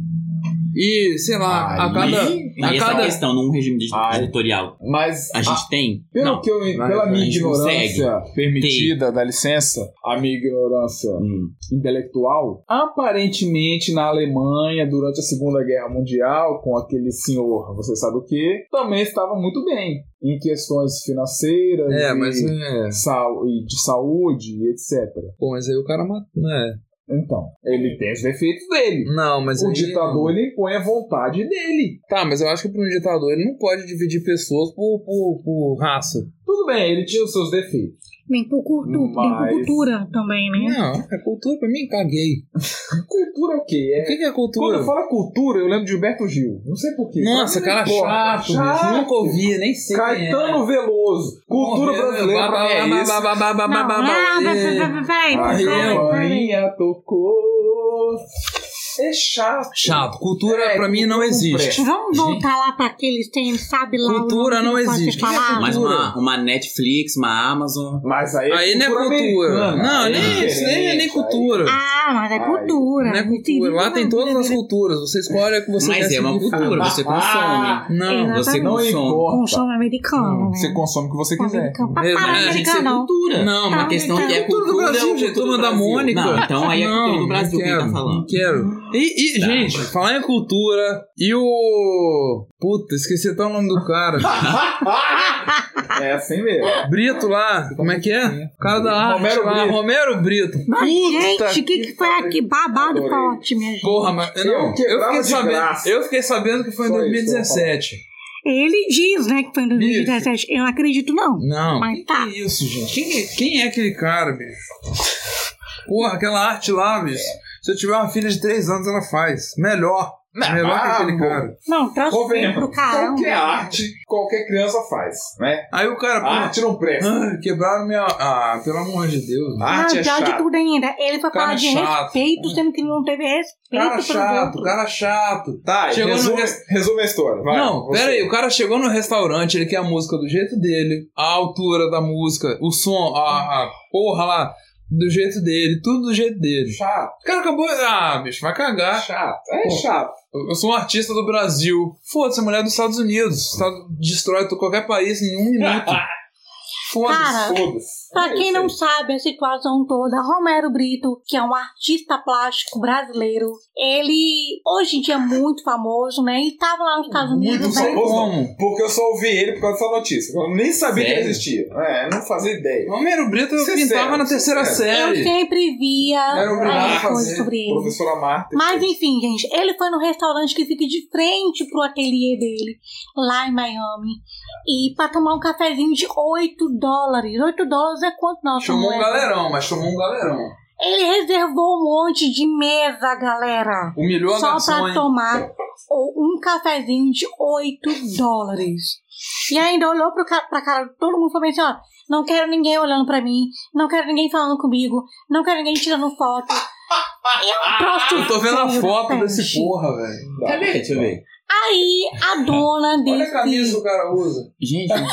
E, sei lá, a Aí- cada. E a essa cada- Ah. questão, num regime de- Ai. ditatorial, Mas a gente tem? pelo Não. que eu, Vai, pela vai, minha a gente ignorância permitida, dá licença, a minha ignorância Hum. intelectual, aparentemente na Alemanha, durante a Segunda Guerra Mundial, com aquele senhor, você sabe o que, também estava muito bem em questões financeiras É, e, mas. É, sau- e de saúde e etc. pô, mas aí o cara mata. Né? Então, ele tem os defeitos dele. Não, mas o aí- ditador ele impõe a vontade dele. Tá, mas eu acho que pra um ditador ele não pode dividir pessoas por, por, por raça. Tudo bem, ele tinha os seus defeitos. Nem por, cultu- nem por Mas- cultura também, né? Não, é cultura pra mim, caguei. Cultura é o quê? O É... que, que é Quando cultura? eu falo cultura, eu lembro de Gilberto Gil. Não sei porquê. Nossa, cara chato, bicho. Nunca ouvi, nem sei. quem é. Caetano Veloso. Cultura Morreu, brasileira pra mim é isso. babá, babá, babá, Não, babá, não, babá, não, é. peraí, peraí, A peraí, peraí. campainha tocou. É chato. Chato. Cultura É, pra mim não cultura com existe. Vamos Gente. voltar lá pra aqueles tem, sabe lá. o nome Cultura que não pode ser existe. Que que é falado? Mais uma, uma Netflix, uma Amazon. Mas aí, Aí não é cultura. americana. Não, Aí nem é isso, nem, nem diferente, cultura. Ah, mas é Ai, cultura. Não é cultura. Lá tem todas as culturas. culturas. Você escolhe o que você quer Mas é uma seguir. cultura, Ah, você consome. Não. Exatamente. Você é Não consome. importa. Consome Um americano, né? Você consome o que você quiser. Americano. Ah, Mesmo, para né, gente, Isso é americano, não. cultura. Não, mas a questão é que é cultura do Brasil, é gente, cultura turma do da Brasil. Mônica. Não, então aí é cultura do Brasil não quem tá quero, falando. Não quero. E, e, Tá. gente, falar em cultura e o. Puta, esqueci até o nome do [laughs] cara. é assim mesmo. Brito lá, como é que é? O cara da arte Romero lá, Brito. Romero Brito. Mas, Puta gente, o que, que foi aqui? Babado Adorei. forte, minha gente. Porra, mas. Não, eu, quebrava fiquei de sabendo, graça. eu fiquei sabendo que foi em Só isso, 2017. Ele diz, né, que foi em 2017. Eu não acredito, não. Não. Mas tá. Que isso, gente? Quem, quem é aquele cara, bicho? Porra, aquela arte lá, bicho. Se eu tiver uma filha de 3 anos, ela faz. Melhor. é Melhor que ah, aquele amor. cara. Não, troço feio Ah, pro Convenhamos. caramba. é Qualquer arte, qualquer criança faz, né? Aí o cara, pô, A arte não presta. ah, quebraram minha. Ah, pelo amor de Deus. A Não, arte é Ah, pior de chata. tudo ainda. Ele foi Cara é falar de chato. respeito, sendo que ele não teve respeito Cara é pelo chato, outro. cara chato. Tá, e Chegou no resume, res- resume a história. Vai, não, você. pera aí, o cara chegou no restaurante, ele quer a música do jeito dele, a altura da música, o som, Ah. a, a porra lá, do jeito dele, tudo do jeito dele. é Chato, O cara acabou. Ah, bicho, vai cagar. chato. É Pô. chato. Eu sou um artista do Brasil. Foda-se, a mulher dos Estados Unidos. Estado destrói qualquer país em um minuto. Foda-se. Cara, [laughs] Foda-se. Pra É quem isso não aí. sabe a situação toda, Romero Brito, que é um artista plástico brasileiro, ele hoje em dia é muito famoso, né? E tava lá nos Estados Muito Unidos, famoso. né? Famoso não, Como? Porque eu só ouvi ele por causa dessa notícia. Eu nem sabia que Sério? ele existia. É, não fazia ideia. Romero Brito eu Sincero, pintava na terceira Eu série. sempre via Era um obrigado várias a coisas fazer, Ah, sobre ele. Professora Marta. Mas enfim, gente, ele foi no restaurante que fica de frente pro ateliê dele, lá em Miami. E pra tomar um cafezinho de 8 dólares. 8 dólares é quanto nossa Chamou um moeda? galerão, mas chamou um galerão. Ele reservou um monte de mesa, galera. Humilhou a só garçom, pra hein? tomar o- um cafezinho de 8 dólares. E ainda olhou pro ca pra cara de todo mundo e falou assim: ó, não quero ninguém olhando pra mim, não quero ninguém falando comigo, não quero ninguém tirando foto. E é um troço Eu tô vendo a feio, foto desse peste. porra, velho. Cadê? Deixa eu ver. Aí a dona Olha a camisa desse. que o cara usa. Gente, um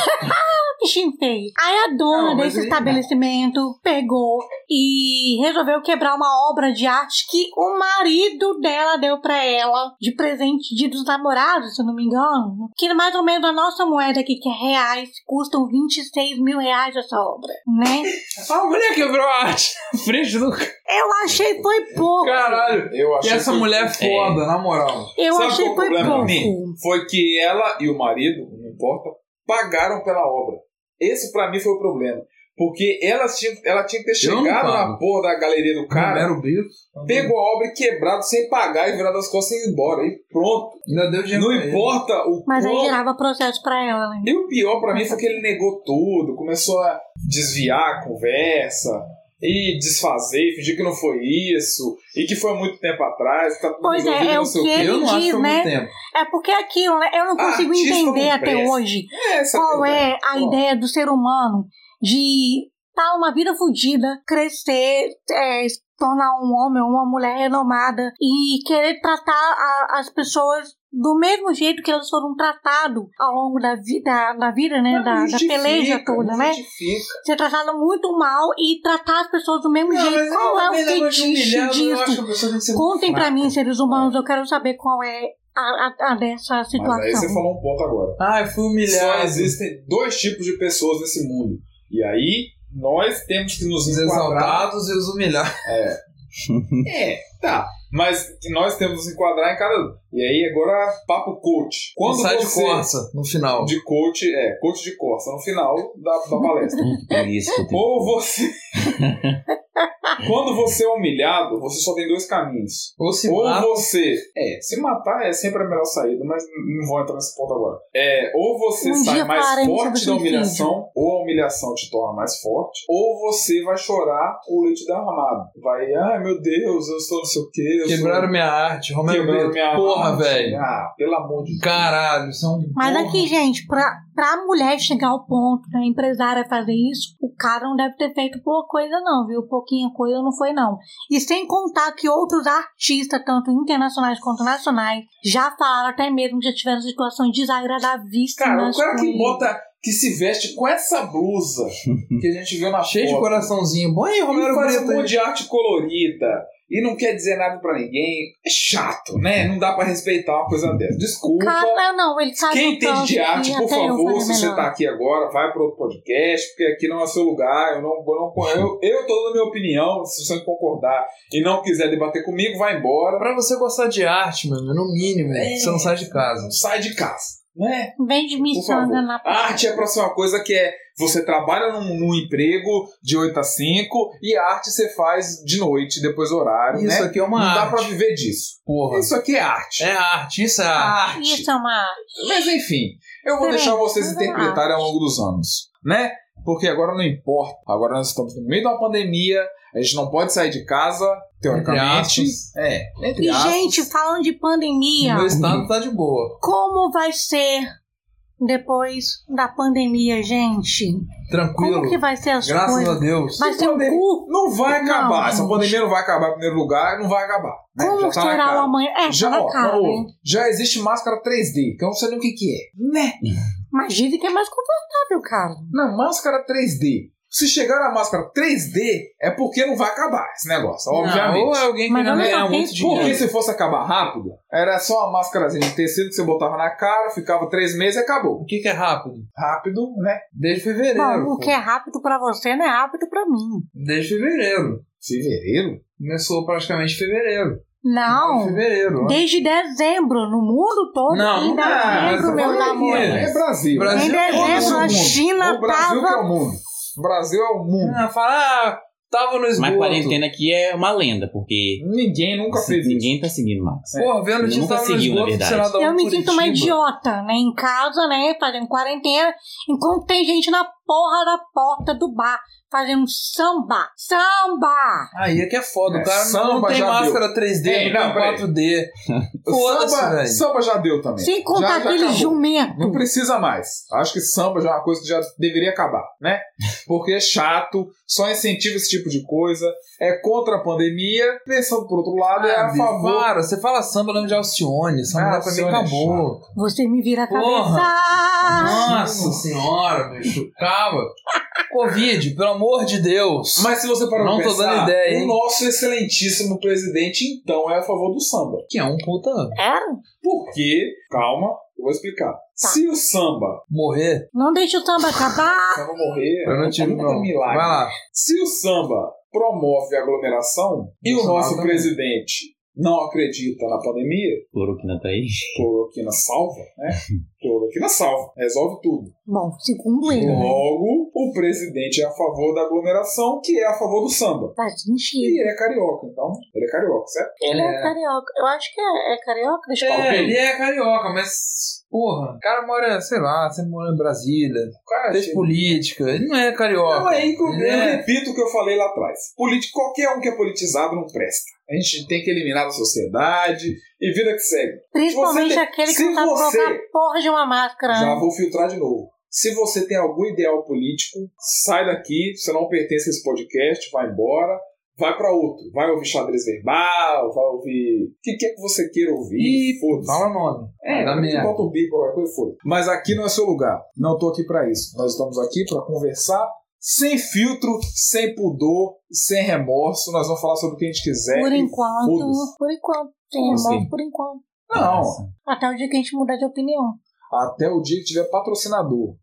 Bichinho feio. Aí a dona Não, mas desse né? ele- estabelecimento pegou e resolveu quebrar uma obra de arte que o marido dela deu pra ela de presente de dos namorados, se eu não me engano. Que é mais ou menos a nossa moeda aqui, que é reais, custam 26 mil reais essa obra, né? A mulher Ah, quebrou a arte na frente do Eu achei foi pouco. caralho. Eu E achei essa que- mulher é foda, na moral. Eu Sabe achei qual é o foi problema pra mim? pouco. Foi que ela e o marido, não importa, pagaram pela obra. Esse pra mim foi o problema. Porque ela tinha, ela tinha que ter Eu não chegado pago. na porra da galeria do cara, Romero Brito. pegou a obra e quebrado sem pagar e virado as costas e ir embora. E pronto. Ainda deu dinheiro. não pra ele. importa o Mas aí quanto- gerava processo pra ela, né? E o pior pra mim foi que ele negou tudo, começou a desviar a conversa e desfazer, fingir que não foi isso, e que foi há muito tempo atrás, tá tudo Pois é, resolvido, é não o sei o que quê. ele Eu não acho que diz, foi né? muito tempo. É porque é aquilo, né? Eu não consigo Artista não entender até presta. hoje. É essa qual é a Bom. ideia do ser humano de estar uma vida fodida, crescer, é, se tornar um homem ou uma mulher renomada e querer tratar a- as pessoas do mesmo jeito que elas foram tratadas ao longo da vida, da vida, né? Não Da, da justifica, peleja toda, não né? justifica. Ser tratado muito mal e tratar as pessoas do mesmo jeito. Qual é o fetiche disso? Contem pra mim, seres humanos, eu quero saber qual é a, a- a dessa Mas aí você situação. falou um ponto agora. Ah, eu fui Só humilhado. existem dois tipos de pessoas nesse mundo. E aí, nós temos que nos Os enquadrar exaltados e os humilhados. É, tá. Mas nós temos que nos enquadrar em cada um. E aí, agora, papo coach. Quando sai de você... Corsa no final. De coach, é, coach de Corsa, no final da, da [laughs] palestra. é isso que eu tenho. Ou você. Quando você é humilhado, você só tem dois caminhos. Ou se ou mata. você. É, se matar é sempre a melhor saída, mas não vou entrar nesse ponto agora. É, ou você Um sai dia mais falaremos forte da sobre humilhação, ou a humilhação te torna mais forte, ou você vai chorar o leite derramado. Vai, ai meu Deus, eu sou não sei o quê. Eu Quebraram sou... minha arte. Romero quebraram Brito. minha Porra, arte. velho. Ah, pelo amor de Deus. Caralho, são. Mas porra. aqui, gente, pra, Pra mulher chegar ao ponto da empresária fazer isso, o cara não deve ter feito pouca coisa, não, viu? Pouquinha coisa não foi, não. E sem contar que outros artistas, tanto internacionais quanto nacionais, já falaram até mesmo que já tiveram situações desagradavíssimas. Cara, o cara que com- bota, que se veste com essa blusa que a gente viu na [laughs] Cheio de foto, coraçãozinho. Bom aí, Romero e faz um Brito. monte aí. de arte colorida e não quer dizer nada pra ninguém, é chato, né? Não dá pra respeitar uma coisa dessa. Desculpa. Cara, não, ele sabe Quem o entende tanto de um que arte, por até eu favor, faria se você melhor. tá aqui agora, vai para outro podcast, porque aqui não é seu lugar. Eu, não, eu, não- eu, eu tô dando minha opinião. Se você não concordar e não quiser debater comigo, vai embora. Pra você gostar de arte, mano, no mínimo, É. você não sai de casa. Sai de casa, né? Vende miçanga favor. na A arte é pra ser uma coisa que é. Você trabalha num, num emprego de 8 a 5 e a arte você faz de noite, depois do horário, Isso né? aqui é uma não dá arte. pra viver disso. Porra. Isso aqui é arte. É arte, isso é arte. Arte. Isso é uma Mas enfim, eu vou Peraí, deixar vocês É, mas vamos lá. interpretarem ao longo dos anos, né? Porque agora não importa. Agora nós estamos no meio de uma pandemia, a gente não pode sair de casa, teoricamente. Entre é, entre E, aspas. gente, falando de pandemia, Meu estado tá de boa. como vai ser depois da pandemia, gente? Tranquilo. Como que vai ser as Graças coisas? a Deus. Vai ser um Pandemia. cu? Não vai Não, acabar. Essa gente. pandemia não vai acabar em primeiro lugar, não vai acabar. né? Como Já tá na será cara. o amanhã? É, já, Já, tá na ó, cara, não, hein? já existe máscara 3D, que eu não sei nem o que, que é. Né? Mas dizem que é mais confortável, cara. Na máscara 3D. Se chegar na máscara 3D, é porque não vai acabar esse negócio, Não, obviamente. Ou é alguém que Mas já olha ganha só, muito quem- Porque dinheiro. se fosse acabar rápido, era só uma máscarazinha de tecido que você botava na cara, ficava três meses e acabou. O que, que é rápido? Rápido, né? Desde fevereiro. Bom, o pô. que é rápido pra você não é rápido pra mim. Desde fevereiro. Fevereiro? Começou praticamente fevereiro. Desde Não. fevereiro. ó. Desde dezembro, no mundo todo, Não, em não, é. mas dezembro, eu meus falei amores. que- É Brasil. Brasil Em é todo dezembro, a mundo. China o Brasil que é tava. o mundo. O Brasil é o mundo. Ah, fala, ah, tava no esgoto. Mas quarentena aqui é uma lenda, porque Ninguém nunca fez ninguém tá seguindo mais. Porra, vendo Eu que nunca tava no segui, na esgoto do verdade. senador Eu me sinto uma Curitiba. idiota, né? Em casa, né? Fazendo quarentena, enquanto tem gente na porra da porta do bar fazendo samba. Samba! Aí é que é foda. É, o cara não- não samba tem já máscara 3D, Ei, É, não não, peraí. [laughs] tem 4D. isso. Foda-se, Samba, velho. samba já deu também. Sem contar Já- já aquele acabou. Não jumento. precisa mais. Acho que samba já é uma coisa que já deveria acabar, né? Porque é chato, só incentiva esse tipo de coisa, é contra a pandemia, pensando por outro lado, é a Sabe? favor. Para, você fala samba, lembra de Alcione. Samba Ah, dá pra mim Alcione é acabou. Você me vira a Porra. cabeça. Nossa senhora, bicho. Calma. Covid, pelo amor de Deus. Mas se você parar pra Não tô pensar, dando ideia, hein? o nosso excelentíssimo presidente, então, é a favor do samba. que é um puta Era? Porque, calma, eu vou explicar. Se o samba, morrer. Não deixa o samba acabar. o samba morrer, Eu não tive, é não. um milagre. Vai lá. Se o samba promove a aglomeração e o Bolsonaro nosso também. presidente não acredita na pandemia, Cloroquina tá aí. cloroquina salva, né? Cloroquina salva, resolve tudo. Bom, segundo ele, né? Logo, o presidente é a favor da aglomeração, que é a favor do samba. Faz E sentido. ele é carioca, então. Ele é carioca, certo? Ele é, É. carioca. Eu acho que é, é carioca. Deixa eu É, ver. ele é carioca, mas. Porra, o cara mora, sei lá, sempre mora em Brasília. O cara Fez chega- política. Ele não é carioca. Não, é inclu... Ele eu é- repito o que eu falei lá atrás. Politi- Qualquer um que é politizado não presta. A gente tem que eliminar da sociedade e vida que segue. Principalmente Você tem- aquele que se não sabe você- colocar a porra de uma máscara. Já né? vou filtrar de novo. Se você tem algum ideal político, sai daqui. Você não pertence a esse podcast, vai embora. Vai pra outro. Vai ouvir xadrez verbal, vai ouvir o que quer que você queira ouvir. Ih, Foda-se. Fala nome. É, dá merda. bota o bico, qualquer coisa, foda Mas aqui não é seu lugar. Não tô aqui pra isso. Nós estamos aqui pra conversar sem filtro, sem pudor, sem remorso. Nós vamos falar sobre o que a gente quiser. Por e enquanto, foda-se. por enquanto. Tem Como remorso assim? por enquanto. Não. Até o dia que a gente mudar de opinião. Até o dia que tiver patrocinador.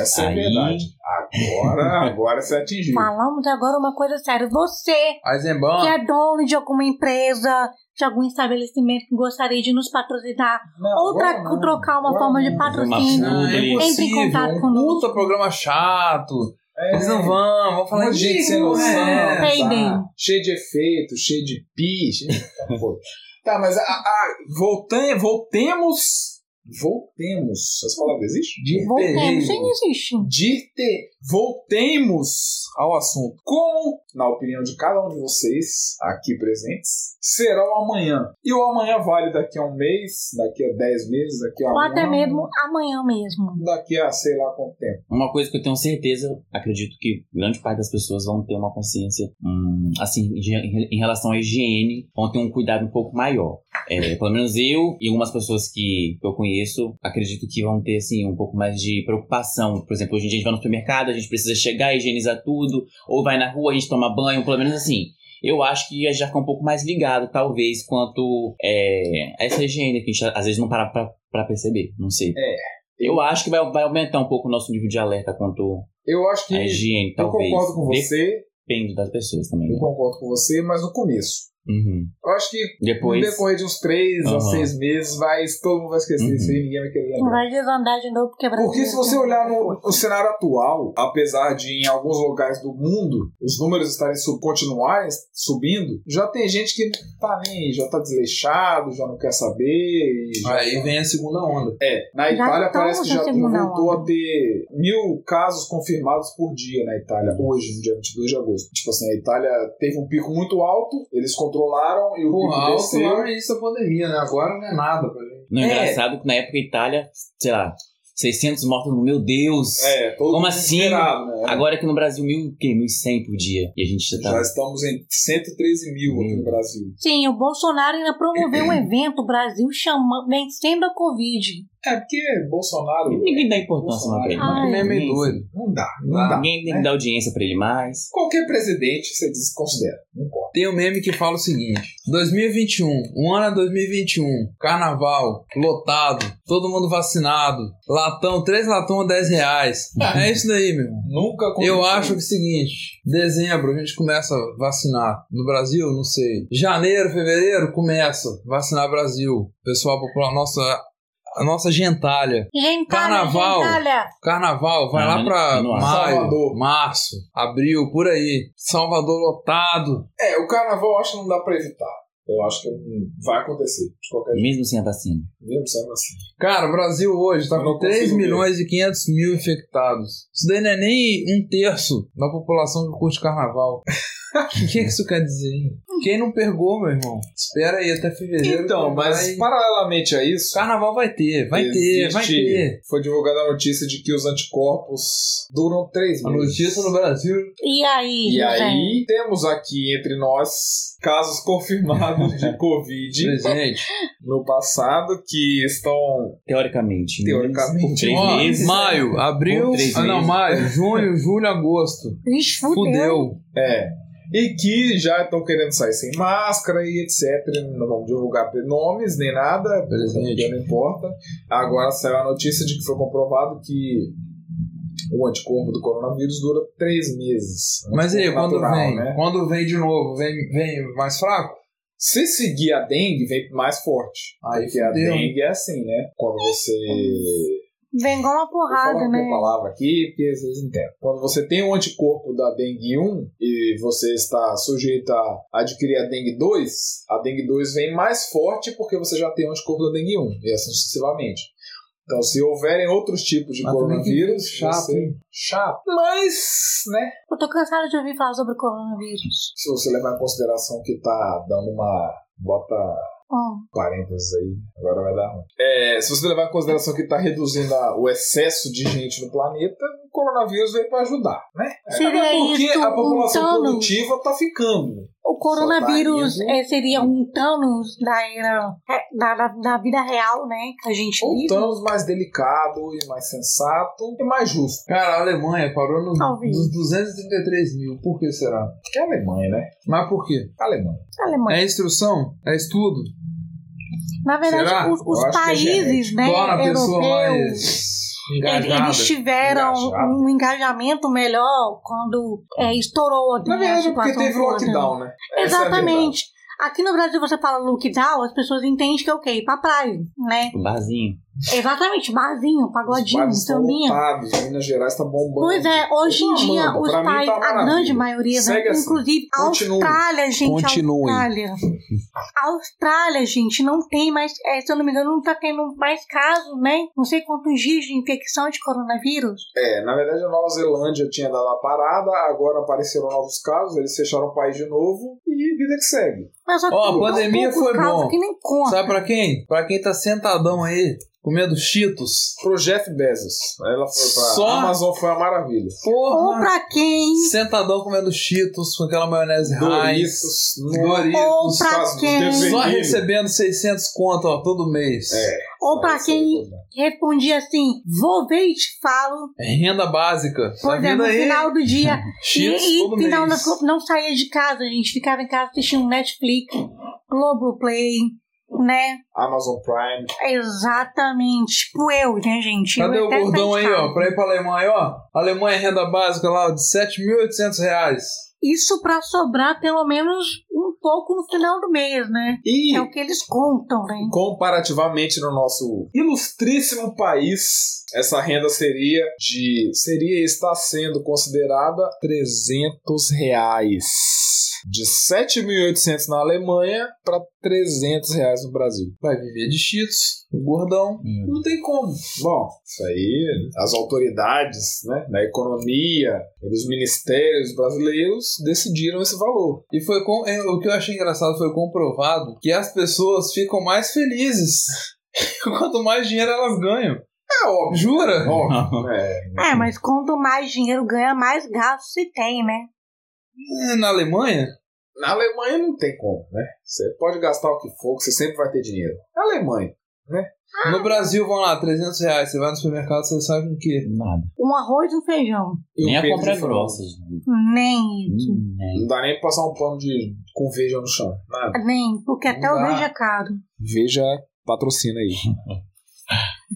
Essa é a Aí- verdade. [laughs] Agora, agora você atingiu. Falamos agora uma coisa séria. Você, Ah. que Eisenbahn. é dono de alguma empresa, de algum estabelecimento que gostaria de nos patrocinar, Não, ou agora tra- não, trocar uma agora forma de não. patrocínio. Uma- Ah, é Entre em impossível. contato um conosco. puta programa chato. É, Eles não vão, vão falar Falar de gente sem noção, É. Sei tá? bem. cheio de efeito, cheio de pi. cheio de- [laughs] Pô. tá, mas a, a- voltem- voltemos. Voltemos. Essa palavra existe? De Voltemos, perreiro. sem existir. Dirte, Voltemos ao assunto. Como, na opinião de cada um de vocês aqui presentes, será o amanhã? E o amanhã vale daqui a um mês, daqui a 10 meses, daqui a Ou um até ano, mesmo amanhã mesmo. daqui a sei lá quanto tempo. Uma coisa que eu tenho certeza, acredito que grande parte das pessoas vão ter uma consciência, hum, assim, de- em relação à higiene, vão ter um cuidado um pouco maior. É, pelo menos eu e algumas pessoas que, que eu conheço, acredito que vão ter, assim, um pouco mais de preocupação. Por exemplo, hoje em dia a gente vai no supermercado, a gente precisa chegar, higienizar tudo, ou vai na rua, a gente toma banho, pelo menos assim. Eu acho que a gente já fica um pouco mais ligado, talvez, quanto é, a essa higiene que a gente às vezes não para pra, pra perceber, não sei. É. Eu acho que vai, vai aumentar um pouco o nosso nível de alerta quanto Eu acho que a higiene, eu talvez. né? concordo com você, Depende das pessoas também. eu né? concordo com você, mas no começo. Uhum. Eu acho que Depois. no decorrer de uns 3 a Aham. 6 meses, vai, todo mundo vai esquecer Uhum. isso aí, ninguém vai querer Não lembrar. vai desandar de novo porque Porque se você olhar é no, no cenário atual, apesar de em alguns lugares do mundo os números estarem sub, continuarem subindo, já tem gente que não tá nem, aí, já tá desleixado, já não quer saber. e já- Aí vem a segunda onda. na Já Itália estamos parece que já na segunda voltou onda. a ter mil casos confirmados por dia na Itália, hoje, no dia 22 de agosto. Tipo assim, a Itália teve um pico muito alto, eles controlaram e o Porra, pico alto desceu. lá no início da pandemia, né? Agora não é nada pra gente. Não, é É. engraçado que na época Itália, sei lá, 600 mortos, meu Deus! É, todo Como mundo assim? desesperado, né? Agora aqui no Brasil, mil, o quê? 1.100 por dia. E a gente já Já tá. Hum. estamos em 113 mil aqui no Meu. Brasil. Sim, o Bolsonaro ainda promoveu um evento Brasil chama... vencendo a Covid. É, porque Bolsonaro Ninguém dá importância mais pra ele. Ai. mais. Ele é meio Ninguém- doido. não dá, não Ah, dá. né? Ninguém tem que dar audiência pra ele mais. Qualquer presidente você desconsidera, não importa. Tem um meme que fala o seguinte: 2021, o ano é 2021, carnaval, lotado, todo mundo vacinado, latão, três latão a 10 reais. É isso daí, meu. irmão. Nunca Eu acho que é o seguinte: dezembro a gente começa a vacinar. No Brasil, não sei. Janeiro, fevereiro, começa a vacinar Brasil. Pessoal popular, nossa, a nossa gentalha. Gentalha, Carnaval. gentalha. Carnaval, vai Ah, lá mas pra não maio, acho. Salvador. março, abril, por aí. Salvador lotado. É, o carnaval eu acho que não dá pra evitar. Eu acho que hum, vai acontecer, de qualquer jeito. Mesmo sem a vacina. Mesmo sendo assim. Cara, o Brasil hoje tá Eu não com 3 consigo ver. milhões e 500 mil infectados. Isso daí não é nem um terço da população que curte carnaval. [laughs] O que, que isso quer dizer, hein? Quem não pegou, meu irmão? Espera aí até fevereiro. Então, que mas vai- paralelamente a isso, Carnaval vai ter, vai ter, vai existe- ter. Foi divulgada a notícia de que os anticorpos duram três A meses. notícia é no Brasil. E aí, E José? aí, temos aqui entre nós casos [laughs] confirmados de Covid Presente. no passado que estão Teoricamente. né? Teoricamente, Três Ó, meses. né? Maio, abril. Por três Ah, não, meses. maio, junho, julho, agosto. Ixi, fudeu. Fudeu. É. E que já estão querendo sair sem máscara e etc. Não vamos divulgar nomes nem nada, porque Felizmente. não importa. Agora saiu a notícia de que foi comprovado que o anticorpo do coronavírus dura três meses. Mas e aí, Anticorpo quando natural, vem? né? Quando vem de novo, vem, vem mais fraco? Se seguir a dengue, vem mais forte. Aí porque a fudeu. dengue é assim, né? Quando você. Vem igual uma Vou falar porrada, a minha né? palavra aqui, porque às vezes não tem. Quando você tem um anticorpo da dengue 1 e você está sujeito a adquirir a dengue 2, a dengue 2 vem mais forte porque você já tem o anticorpo da dengue 1, e assim sucessivamente. Então, se houverem outros tipos de Mas também Ah, tá que coronavírus, chato, você- hein? chato. Mas, né? Eu tô cansada de ouvir falar sobre o coronavírus. Se você levar em consideração que tá dando uma. Bota Hum. parênteses aí, agora vai dar ruim. É, se você levar em consideração que está reduzindo a- o excesso de gente no planeta, o coronavírus veio para ajudar, né? Seria Agora, porque isso a um população Thanos? produtiva está ficando. O coronavírus Só tá é, seria um Thanos da era é, da, da, da vida real, né? Que a gente Ou vive. Um Thanos mais delicado e mais sensato e mais justo. Cara, a Alemanha parou no, Talvez. nos 233 mil. Por que será? Que é a Alemanha, né? Mas por quê? Alemanha. Alemanha. É instrução? É estudo? Na verdade, será? os, os Eu acho que é países, né, Torna a pessoa europeus, mais ele- engajada. eles tiveram Engajada. um engajamento melhor quando é, estourou. Na né, a verdade é porque situação teve toda. lockdown, né? Essa é a Exatamente. Aqui no Brasil você fala lockdown, as pessoas entendem que é o quê? Ir pra praia, né? [laughs] O um barzinho. Exatamente, barzinho, pagodinho, bares estão sambinha. lotados, Minas Gerais tá bombando. Pois é, hoje Tá em dia amando, os pra mim pais, tá a maravilha. grande maioria, né? Segue assim, inclusive a continue. Austrália, gente, Continue. a Austrália. A Austrália, gente, não tem mais, é, se eu não me engano, não tá tendo mais casos, né? Não sei quantos dias de infecção de coronavírus. É, na verdade a Nova Zelândia tinha dado uma parada, agora apareceram novos casos, eles fecharam o país de novo e vida que segue. Mas só Ó, tem a pandemia poucos foi casos bom. que nem conta. Sabe pra quem? Pra quem tá sentadão aí, comendo cheetos. Pro Jeff Bezos. Ela foi pra Só? Amazon, foi uma maravilha. Ou Porra! pra quem? Sentadão comendo cheetos com aquela maionese Heinz. Doritos, Ou Doritos. pra casos quem? desenhos. Só vermelho. recebendo 600 conto, ó, todo mês. É. Ou pra quem respondia assim, vou ver e te falo. Renda básica. Tá Pois é, vindo no aí. final do dia, Cheetos e todo e final mês. das contas, não saía de casa, gente. Ficava em casa assistindo Netflix, Globoplay, né? É Amazon Prime. Exatamente. Tipo eu, né, gente? Cadê eu o é até gordão saí aí, de casa. ó? Pra ir pra Alemanha, ó. Alemanha é renda básica lá de 7.800 reais. Isso pra sobrar pelo menos um pouco no final do mês, né? E É o que eles contam, né? comparativamente no nosso ilustríssimo país, essa renda seria de seria e está sendo considerada 300 reais. De 7.800 na Alemanha para 300 reais no Brasil. Vai viver de cheetos, o gordão. Não tem como. Bom, isso aí, as autoridades né, da economia e dos ministérios brasileiros decidiram esse valor. E foi com... é, o que eu achei engraçado foi comprovado que as pessoas ficam mais felizes [laughs] quanto mais dinheiro elas ganham. É óbvio. Jura? [laughs] óbvio é. É, mas quanto mais dinheiro ganha, mais gasto se tem, né? É, Na Alemanha? Na Alemanha não tem como, né? Você pode gastar o que for, que você sempre vai ter dinheiro. Na Alemanha. No Brasil, vão lá, 300 reais. Você vai no supermercado, você sai com o quê? Nada. Um arroz e um feijão. E o Nem a peso compra de frango. grossa, gente. Nem isso. Hum, né? Não dá nem pra passar um pano de com veja no chão. Nada. Nem, porque até Não o dá. beijo é caro. Veja patrocina aí.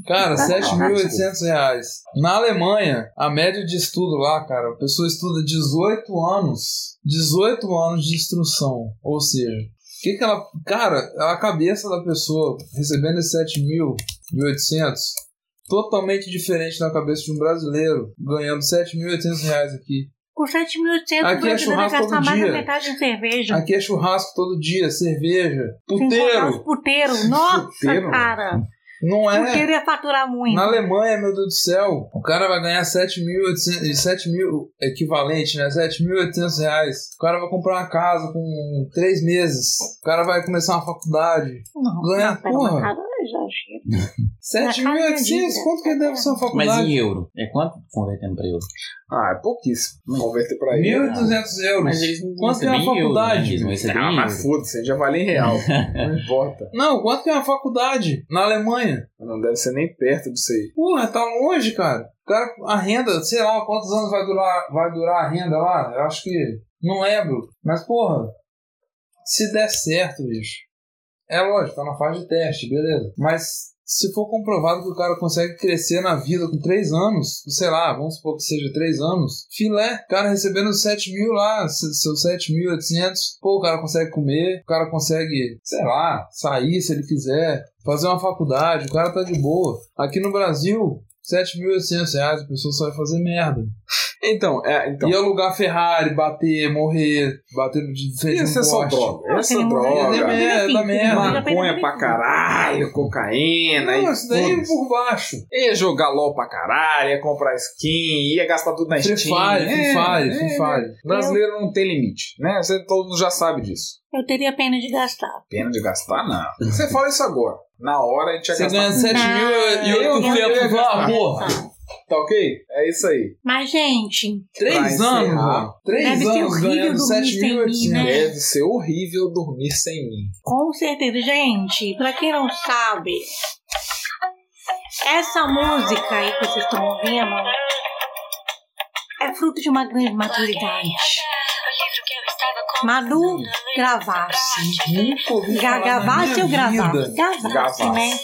Cara, 7.800 reais. Na Alemanha, a média de estudo lá, cara, a pessoa estuda 18 anos. 18 anos de instrução. Ou seja, o que, que ela. Cara, a cabeça da pessoa recebendo esses 7.800 totalmente diferente da cabeça de um brasileiro ganhando 7.800 reais aqui. Com 7.800 Aqui é o brasileiro vai churrasco gastar todo mais dia. da metade em cerveja. Aqui é churrasco todo dia, cerveja, Sem contar os puteiro. puteiros. Nossa, Puteiro, cara. Não é. Puteiro ia faturar muito. Na Alemanha, meu Deus do céu, o cara vai ganhar 7.800, e 7 mil equivalente, né? 7.800 reais. O cara vai comprar uma casa com 3 meses. O cara vai começar uma faculdade. Não, Ganha, não, pera, porra. uma casa é exagero. 7.800? Quanto que deve ser uma Mas faculdade? em euro? É quanto convertendo pra euro? Ah, é pouquíssimo. Converter pra ele. 1.200 euros. Mas eles não Quanto que é uma recebem em euro, né? assim. faculdade? Eles vão receber Ah, em euro. mas foda-se, já vale em [laughs] real. não importa. Não, quanto que é uma faculdade na Alemanha? Não deve ser nem perto disso aí. Porra, tá longe, cara. O cara, a renda, sei lá quantos anos vai durar, vai durar a renda lá. Eu acho que. Não lembro. Mas, porra, se der certo, bicho. É lógico, tá na fase de teste, beleza. Mas se for comprovado que o cara consegue crescer na vida com 3 anos, sei lá, vamos supor que seja 3 anos, filé, o cara recebendo 7 mil lá, se- seus 7.800, pô, o cara consegue comer, o cara consegue, sei lá, sair se ele quiser, fazer uma faculdade, o cara tá de boa. Aqui no Brasil, 7.800 reais, a pessoa só vai fazer merda. Então, é, então. E alugar Ferrari, bater, morrer, bater de frente Ia num ser é só poste. droga. Ia ser Aquele Ia dar droga. é merda, Benefício, dá merda. né? Maconha pra caralho, cocaína. Não, e isso daí é foda-se. por baixo. Ia jogar LOL pra caralho, ia comprar skin, ia gastar tudo na Free Steam. Fire, Free Fire, é, Free é. Fire. Brasileiro não tem limite, né? Você, todo mundo já sabe disso. Eu teria pena de gastar. Pena de gastar, não. [laughs] Você fala isso agora. Na hora a gente ia Você gastar. ganha 7 mil é- e eu não 800 ia lá, gastar. "Ah, porra. Tá ok? É isso aí. Mas, gente, 3 Pra anos, encerrar. mano. 3 Deve um ser anos horrível ganhando dormir sem mim, 7.800. né? Deve ser horrível dormir sem mim. com certeza, gente, pra quem não sabe, essa música aí que vocês estão ouvindo é fruto de uma grande maturidade. Madu gravasse. Nunca ouvi falar na Gavasse minha ou gravasse? vida. Gravasse, né?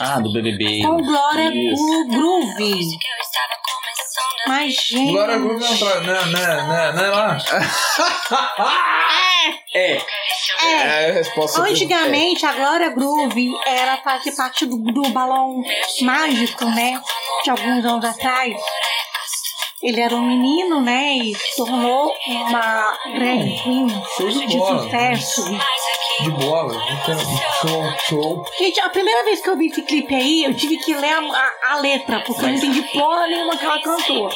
Ah, do BBB. Com Glória Isso. o Groove. Mas, gente. é um Glória Groove não, tra- não, não, não, não é lá? É, É. É a resposta. Antigamente, a Glória Groove era fazia parte do, do balão mágico, né? De alguns anos atrás. Ele era um menino, né? E se tornou uma drag queen Show de de bola. sucesso. De bola. não tem- Show, show. Gente, a primeira vez que eu vi esse clipe aí, eu tive que ler a, a- a letra, porque eu não entendi porra nenhuma que ela cantou.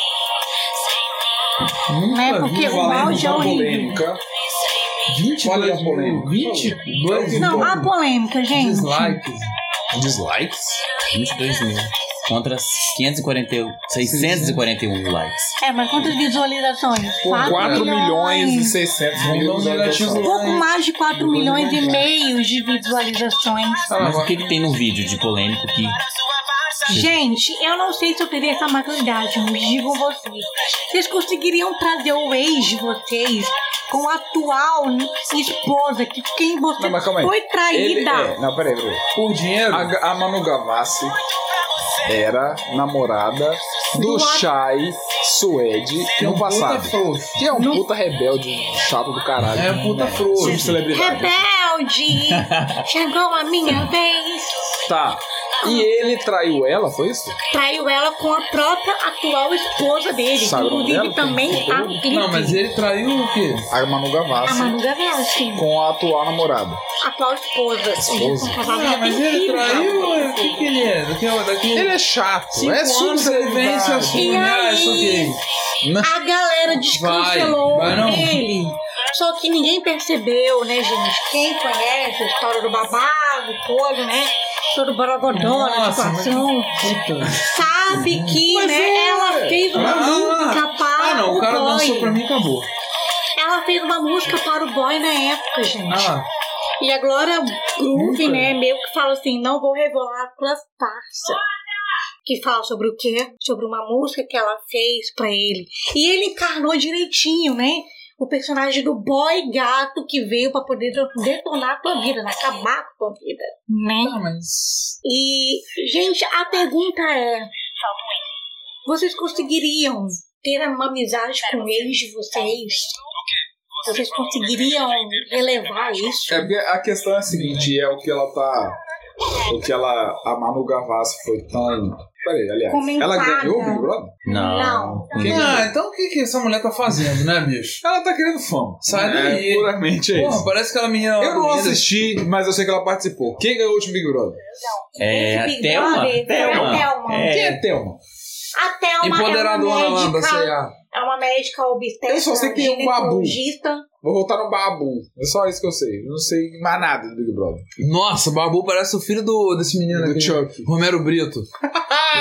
Nunca Né? vi Porque o Falando balde é da horrível. polêmica. 22 Olha a mil, polêmica. 22 mil Não, a polêmica, gente. dislikes. Dislikes? 22 mil. Contra 541, 641 likes. É, mas quantas visualizações? Pô, Quatro 4 milhões e 600 Vamos mil dar um negativo visualizações. Pouco mais de 4 milhões e meio de visualizações. Ah, Mas o agora- que, que tem no vídeo de polêmico que. Gente, eu não sei se eu teria essa maturidade, mas digo vocês. Vocês conseguiriam trazer o ex de vocês com a atual esposa, que quem você Não, mas calma aí. foi Ele, traída? é, não, peraí, peraí. Por dinheiro? A, a Manu Gavassi era namorada do Do a- Shai Suede Que é um no passado. puta frouxo. Que é um puta rebelde chato do caralho. É um puta Né? frouxo. Subcelebridade. Rebelde! [laughs] Chegou a minha vez! Tá. E ele traiu ela, foi isso? Traiu ela com a própria atual esposa dele, que Sabe o nome inclusive dela? também tá no clipe. Não, mas ele traiu o quê? A Manu A Gavassi Manu Gavassi, com a atual namorada. atual esposa. Eles são casados, Ah, já mas tem ele filho, já. traiu. é, O que, que ele é? Daquele. daquele... Ele é chato, Cinco é anos ele vence subcelebridade. as ah, E aí? mulheres, isso aqui. A galera descancelou Vai, vai não. ele. Só que ninguém percebeu, né, gente? Quem conhece a história do babado, todo, né? Todo borogodó, a Nossa, mas- situação. Puta. Sabe que, né, ela fez uma música para ah, não, o cara boy. dançou pra mim e acabou. Ela fez uma música para o boy na época, gente. Ah, E a Glória Groove, Nunca. né, meio que fala assim, não vou revelar tuas parças. Que fala sobre o quê? Sobre uma música que ela fez pra ele. E ele encarnou direitinho, né? O personagem do boy gato que veio pra poder detonar a tua vida, né? acabar com a tua vida, né? não, mas. E, gente, a pergunta é: vocês conseguiriam ter uma amizade com eles de vocês? Vocês conseguiriam relevar isso? É porque a questão é a seguinte, é o que ela tá. O que ela. A Manu Gavassi foi tão. Peraí, aliás. Comentada. Ela ganhou o Big Brother? Não. Não. Ninguém- Ah, então o que, que essa mulher tá fazendo, né, bicho? Ela tá querendo fama. Sai daí. É, puramente é Porra, isso. parece aquela menina. Eu não bonita. assisti, mas eu sei que ela participou. Quem ganhou o último Big Brother? É, Esse né? a Big Thelma. Brother Thelma. foi a Thelma. Quem É. é Thelma? A Thelma Empoderadora é lá uma da médica, CA. é uma médica obstetra, Eu só sei que tem um babu. ginecologista. Vou voltar no Babu. É só isso que eu sei. Eu não sei mais nada do Big Brother. Nossa, o Babu parece o filho do, desse menino Do aqui. Chuck. [laughs] Romero Brito.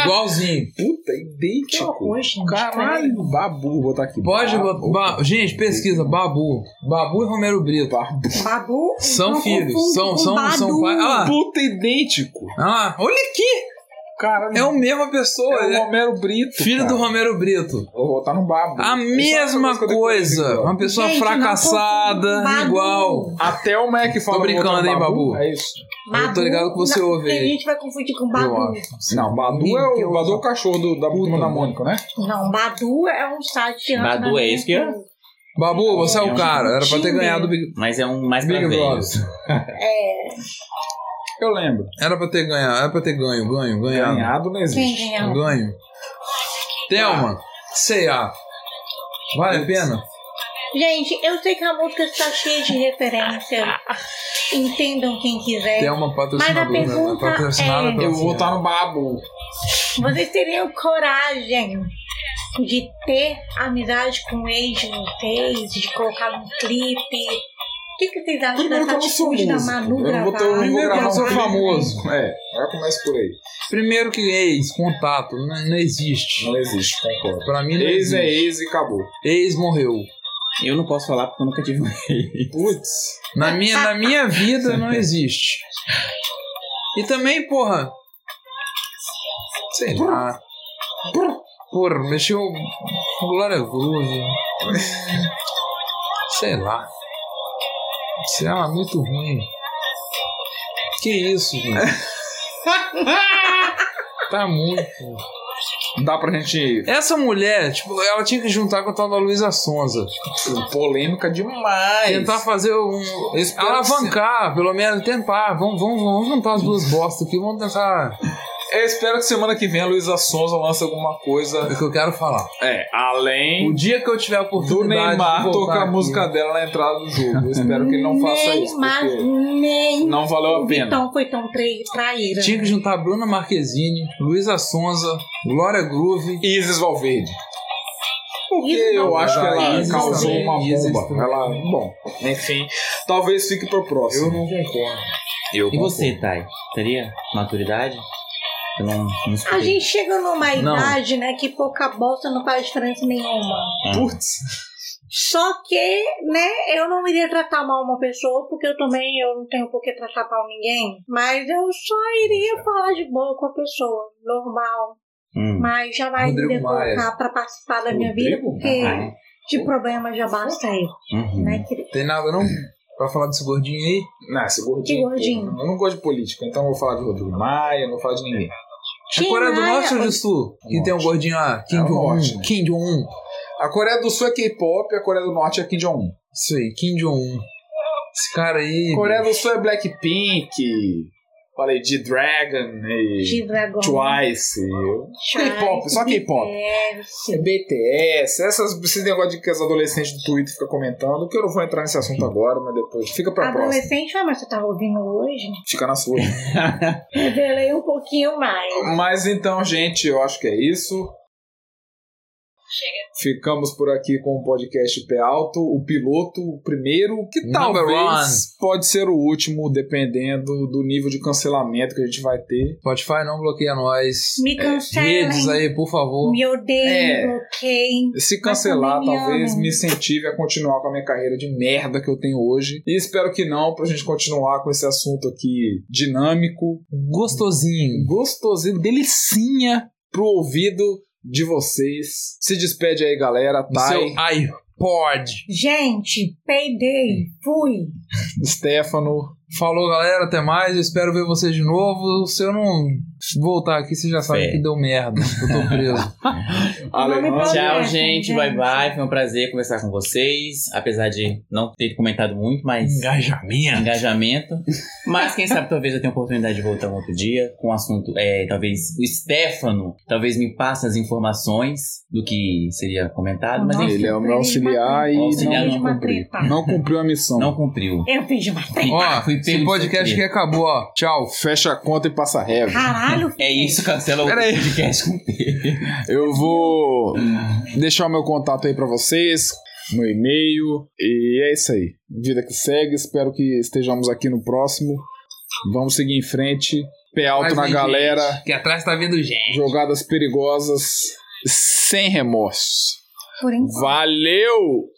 Igualzinho. Puta, Que Tipo, idêntico. horror, gente. Caralho, Babu, vou botar aqui. Pode. ba- Babu. ba- gente, pesquisa. Babu. Babu e Romero Brito. Babu. São não filhos, confunde são- com são- Badu. são pai- ah lá. Puta, idêntico. Ah, olha aqui! Caralho. É a mesma pessoa. É ele o é Romero Brito. filho cara. do Romero Brito. Vou voltar no Babu. A Essa é mesma que eu decorei do Big coisa. Brother. Uma pessoa Gente, não fracassada, confunde com Badu. igual. A Thelma é que fala. Tô brincando, vou botar hein, Babu? É isso. Eu tô ligado que você não, ouve Tem aí. gente que vai confundir com Eu Babu. acho. Não, Badu Ninguém é o, ouve. Badu é o cachorro do, da turma da Mônica, né? Não, Badu é um site de Badu é relacionamento. isso que é? Babu, você é o É um cara. Era pra ter Tinder. ganhado o Big, Mas é um mais pra Big Brother. velhos. Eu lembro. Era pra ter ganhado. Era pra ter ganho, ganho, ganhado. Ganhado não Quem existe. ganhou? Ganho. Thelma, CA. Vale a pena? Gente, eu sei que a música está cheia de referência. Entendam quem quiser. Thelma patrocinadora. Mas a pergunta né? Patrocinada é- pela Eu vou CA. voltar no Babu. Vocês teriam coragem de ter amizade com o ex de vocês, de colocar um clipe? O que, que vocês acham Primeiro que dessa eu não sou atitude da músico. Manu Eu não vou ter eu não vou Primeiro que eu gravar um sou clipe. famoso. É, já começa por aí. Primeiro que ex, contato, n- não, existe. Não existe, concordo. Pra mim não Ex é existe. ex e acabou. Ex morreu. Eu não posso falar porque eu nunca tive um ex. Putz. Na minha, na minha vida não existe. E também, porra. Sei lá. Porra, mexeu com Glória Groove. Sei lá. Sei lá, muito ruim. Que isso, velho. Tá muito. Dá pra gente. Essa mulher, tipo, ela tinha que juntar com a tal da Luísa Sonza. Polêmica demais. Tentar fazer um. É Espero alavancar, pelo menos tentar. Vamos, vamos, vamos juntar as duas bostas aqui, vamos tentar. Eu espero que semana que vem a Luísa Sonza lance alguma coisa. É o que eu quero falar. É, além O dia que eu tiver a do oportunidade. Neymar de voltar tocar a aqui- música dela na entrada do jogo. Eu espero que ele não faça isso. Neymar, porque Neymar. Não valeu a pena. Então foi tão trai- traíra. Tinha que juntar Bruna Marquezine, Luísa Sonza, Glória Groove. Isis Valverde. Porque Isis eu Valverde. acho que ela Isis causou também, uma Isis bomba. também. Ela, bom, É, enfim, talvez fique pro próximo. não concordo. Eu, E você, Thay? Teria maturidade? Eu não, não A escutei. gente chega numa Não. idade, né, que pouca bosta não faz diferença nenhuma. Ah, Putz, Só que, né, eu não iria tratar mal uma pessoa, porque eu também eu não tenho por que tratar mal ninguém. Mas eu só iria falar de boa com a pessoa, normal. hum. Mas jamais Rodrigo iria Maia. colocar pra participar da minha vida, Rodrigo porque Maia. de problema já basta eu, Ah, é? Uhum. né, querido? Tem nada não pra falar desse gordinho aí? não, esse Que gordinho. gordinho. Eu não gosto de política, então eu vou falar de Rodrigo Maia, não vou falar de ninguém. É Tim Coreia do Maia, Norte ou do olha- Sul? Que Norte. tem um gordinho lá. Kim É o Norte, Jong-un. né? Kim Jong-un. A Coreia do Sul é K-pop, a Coreia do Norte é Kim Jong-un. Isso aí, Kim Jong-un. Esse cara aí. Coreia do Sul é Blackpink, falei de Dragon e De dragão. Twice. Chai, K-pop, só K-pop. BTS. É BTS, essas, esses negócios de que as adolescentes do Twitter ficam comentando, que eu não vou entrar nesse assunto agora, mas depois fica Ah, pra próxima. Adolescente, ué, mas você tava ouvindo hoje? Fica na sua. Revelei um pouquinho mais. Mas então, gente, eu acho que é isso. Ficamos por aqui com o podcast Pé Alto, o piloto, o primeiro, que Number talvez one. pode ser o último, dependendo do nível de cancelamento que a gente vai ter. Spotify não bloqueia nós. Me Redes cancelem, aí, por favor. tá me odeiem, É. bloqueiem. Se cancelar, também me talvez amem. me incentive a continuar com a minha carreira de merda que eu tenho hoje. E espero que não, pra gente continuar com esse assunto aqui dinâmico, Gostosinho. gostosinho, delicinha pro ouvido de vocês. Se despede aí, galera. No seu Thay, iPod. Gente, peidei, fui. Stefano. Falou, galera. Até mais. Eu espero ver vocês de novo. Se eu não voltar aqui, vocês já sabem Fé. que deu merda. Eu tô preso. Alemão. Não me Tchau, Obrigada, gente. gente. Bye bye. Foi um prazer conversar com vocês. Apesar de não ter comentado muito, mas Engajamento. engajamento. Mas quem sabe talvez eu tenha oportunidade de voltar um outro dia com o assunto. É, talvez o Stefano talvez me passe as informações do que seria comentado, mas Nossa, enfim, Ele é o meu eu auxiliar fiz e uma auxiliar treta. não Não cumpriu a missão. não cumpriu. Eu fiz uma treta. Ó, Fui pego esse de podcast que surpresa. acabou, ó. Tchau. Fecha a conta e passa a régua. Caralho, É isso, cancela o Pera aí. podcast com P. Eu vou deixar o meu contato aí pra vocês, no e-mail. E é isso aí. Vida que segue. Espero que estejamos aqui no próximo. Vamos seguir em frente. Pé alto um Mais na gente, galera. Que atrás tá vindo gente. Jogadas perigosas. Sem remorso. por enquanto. Valeu!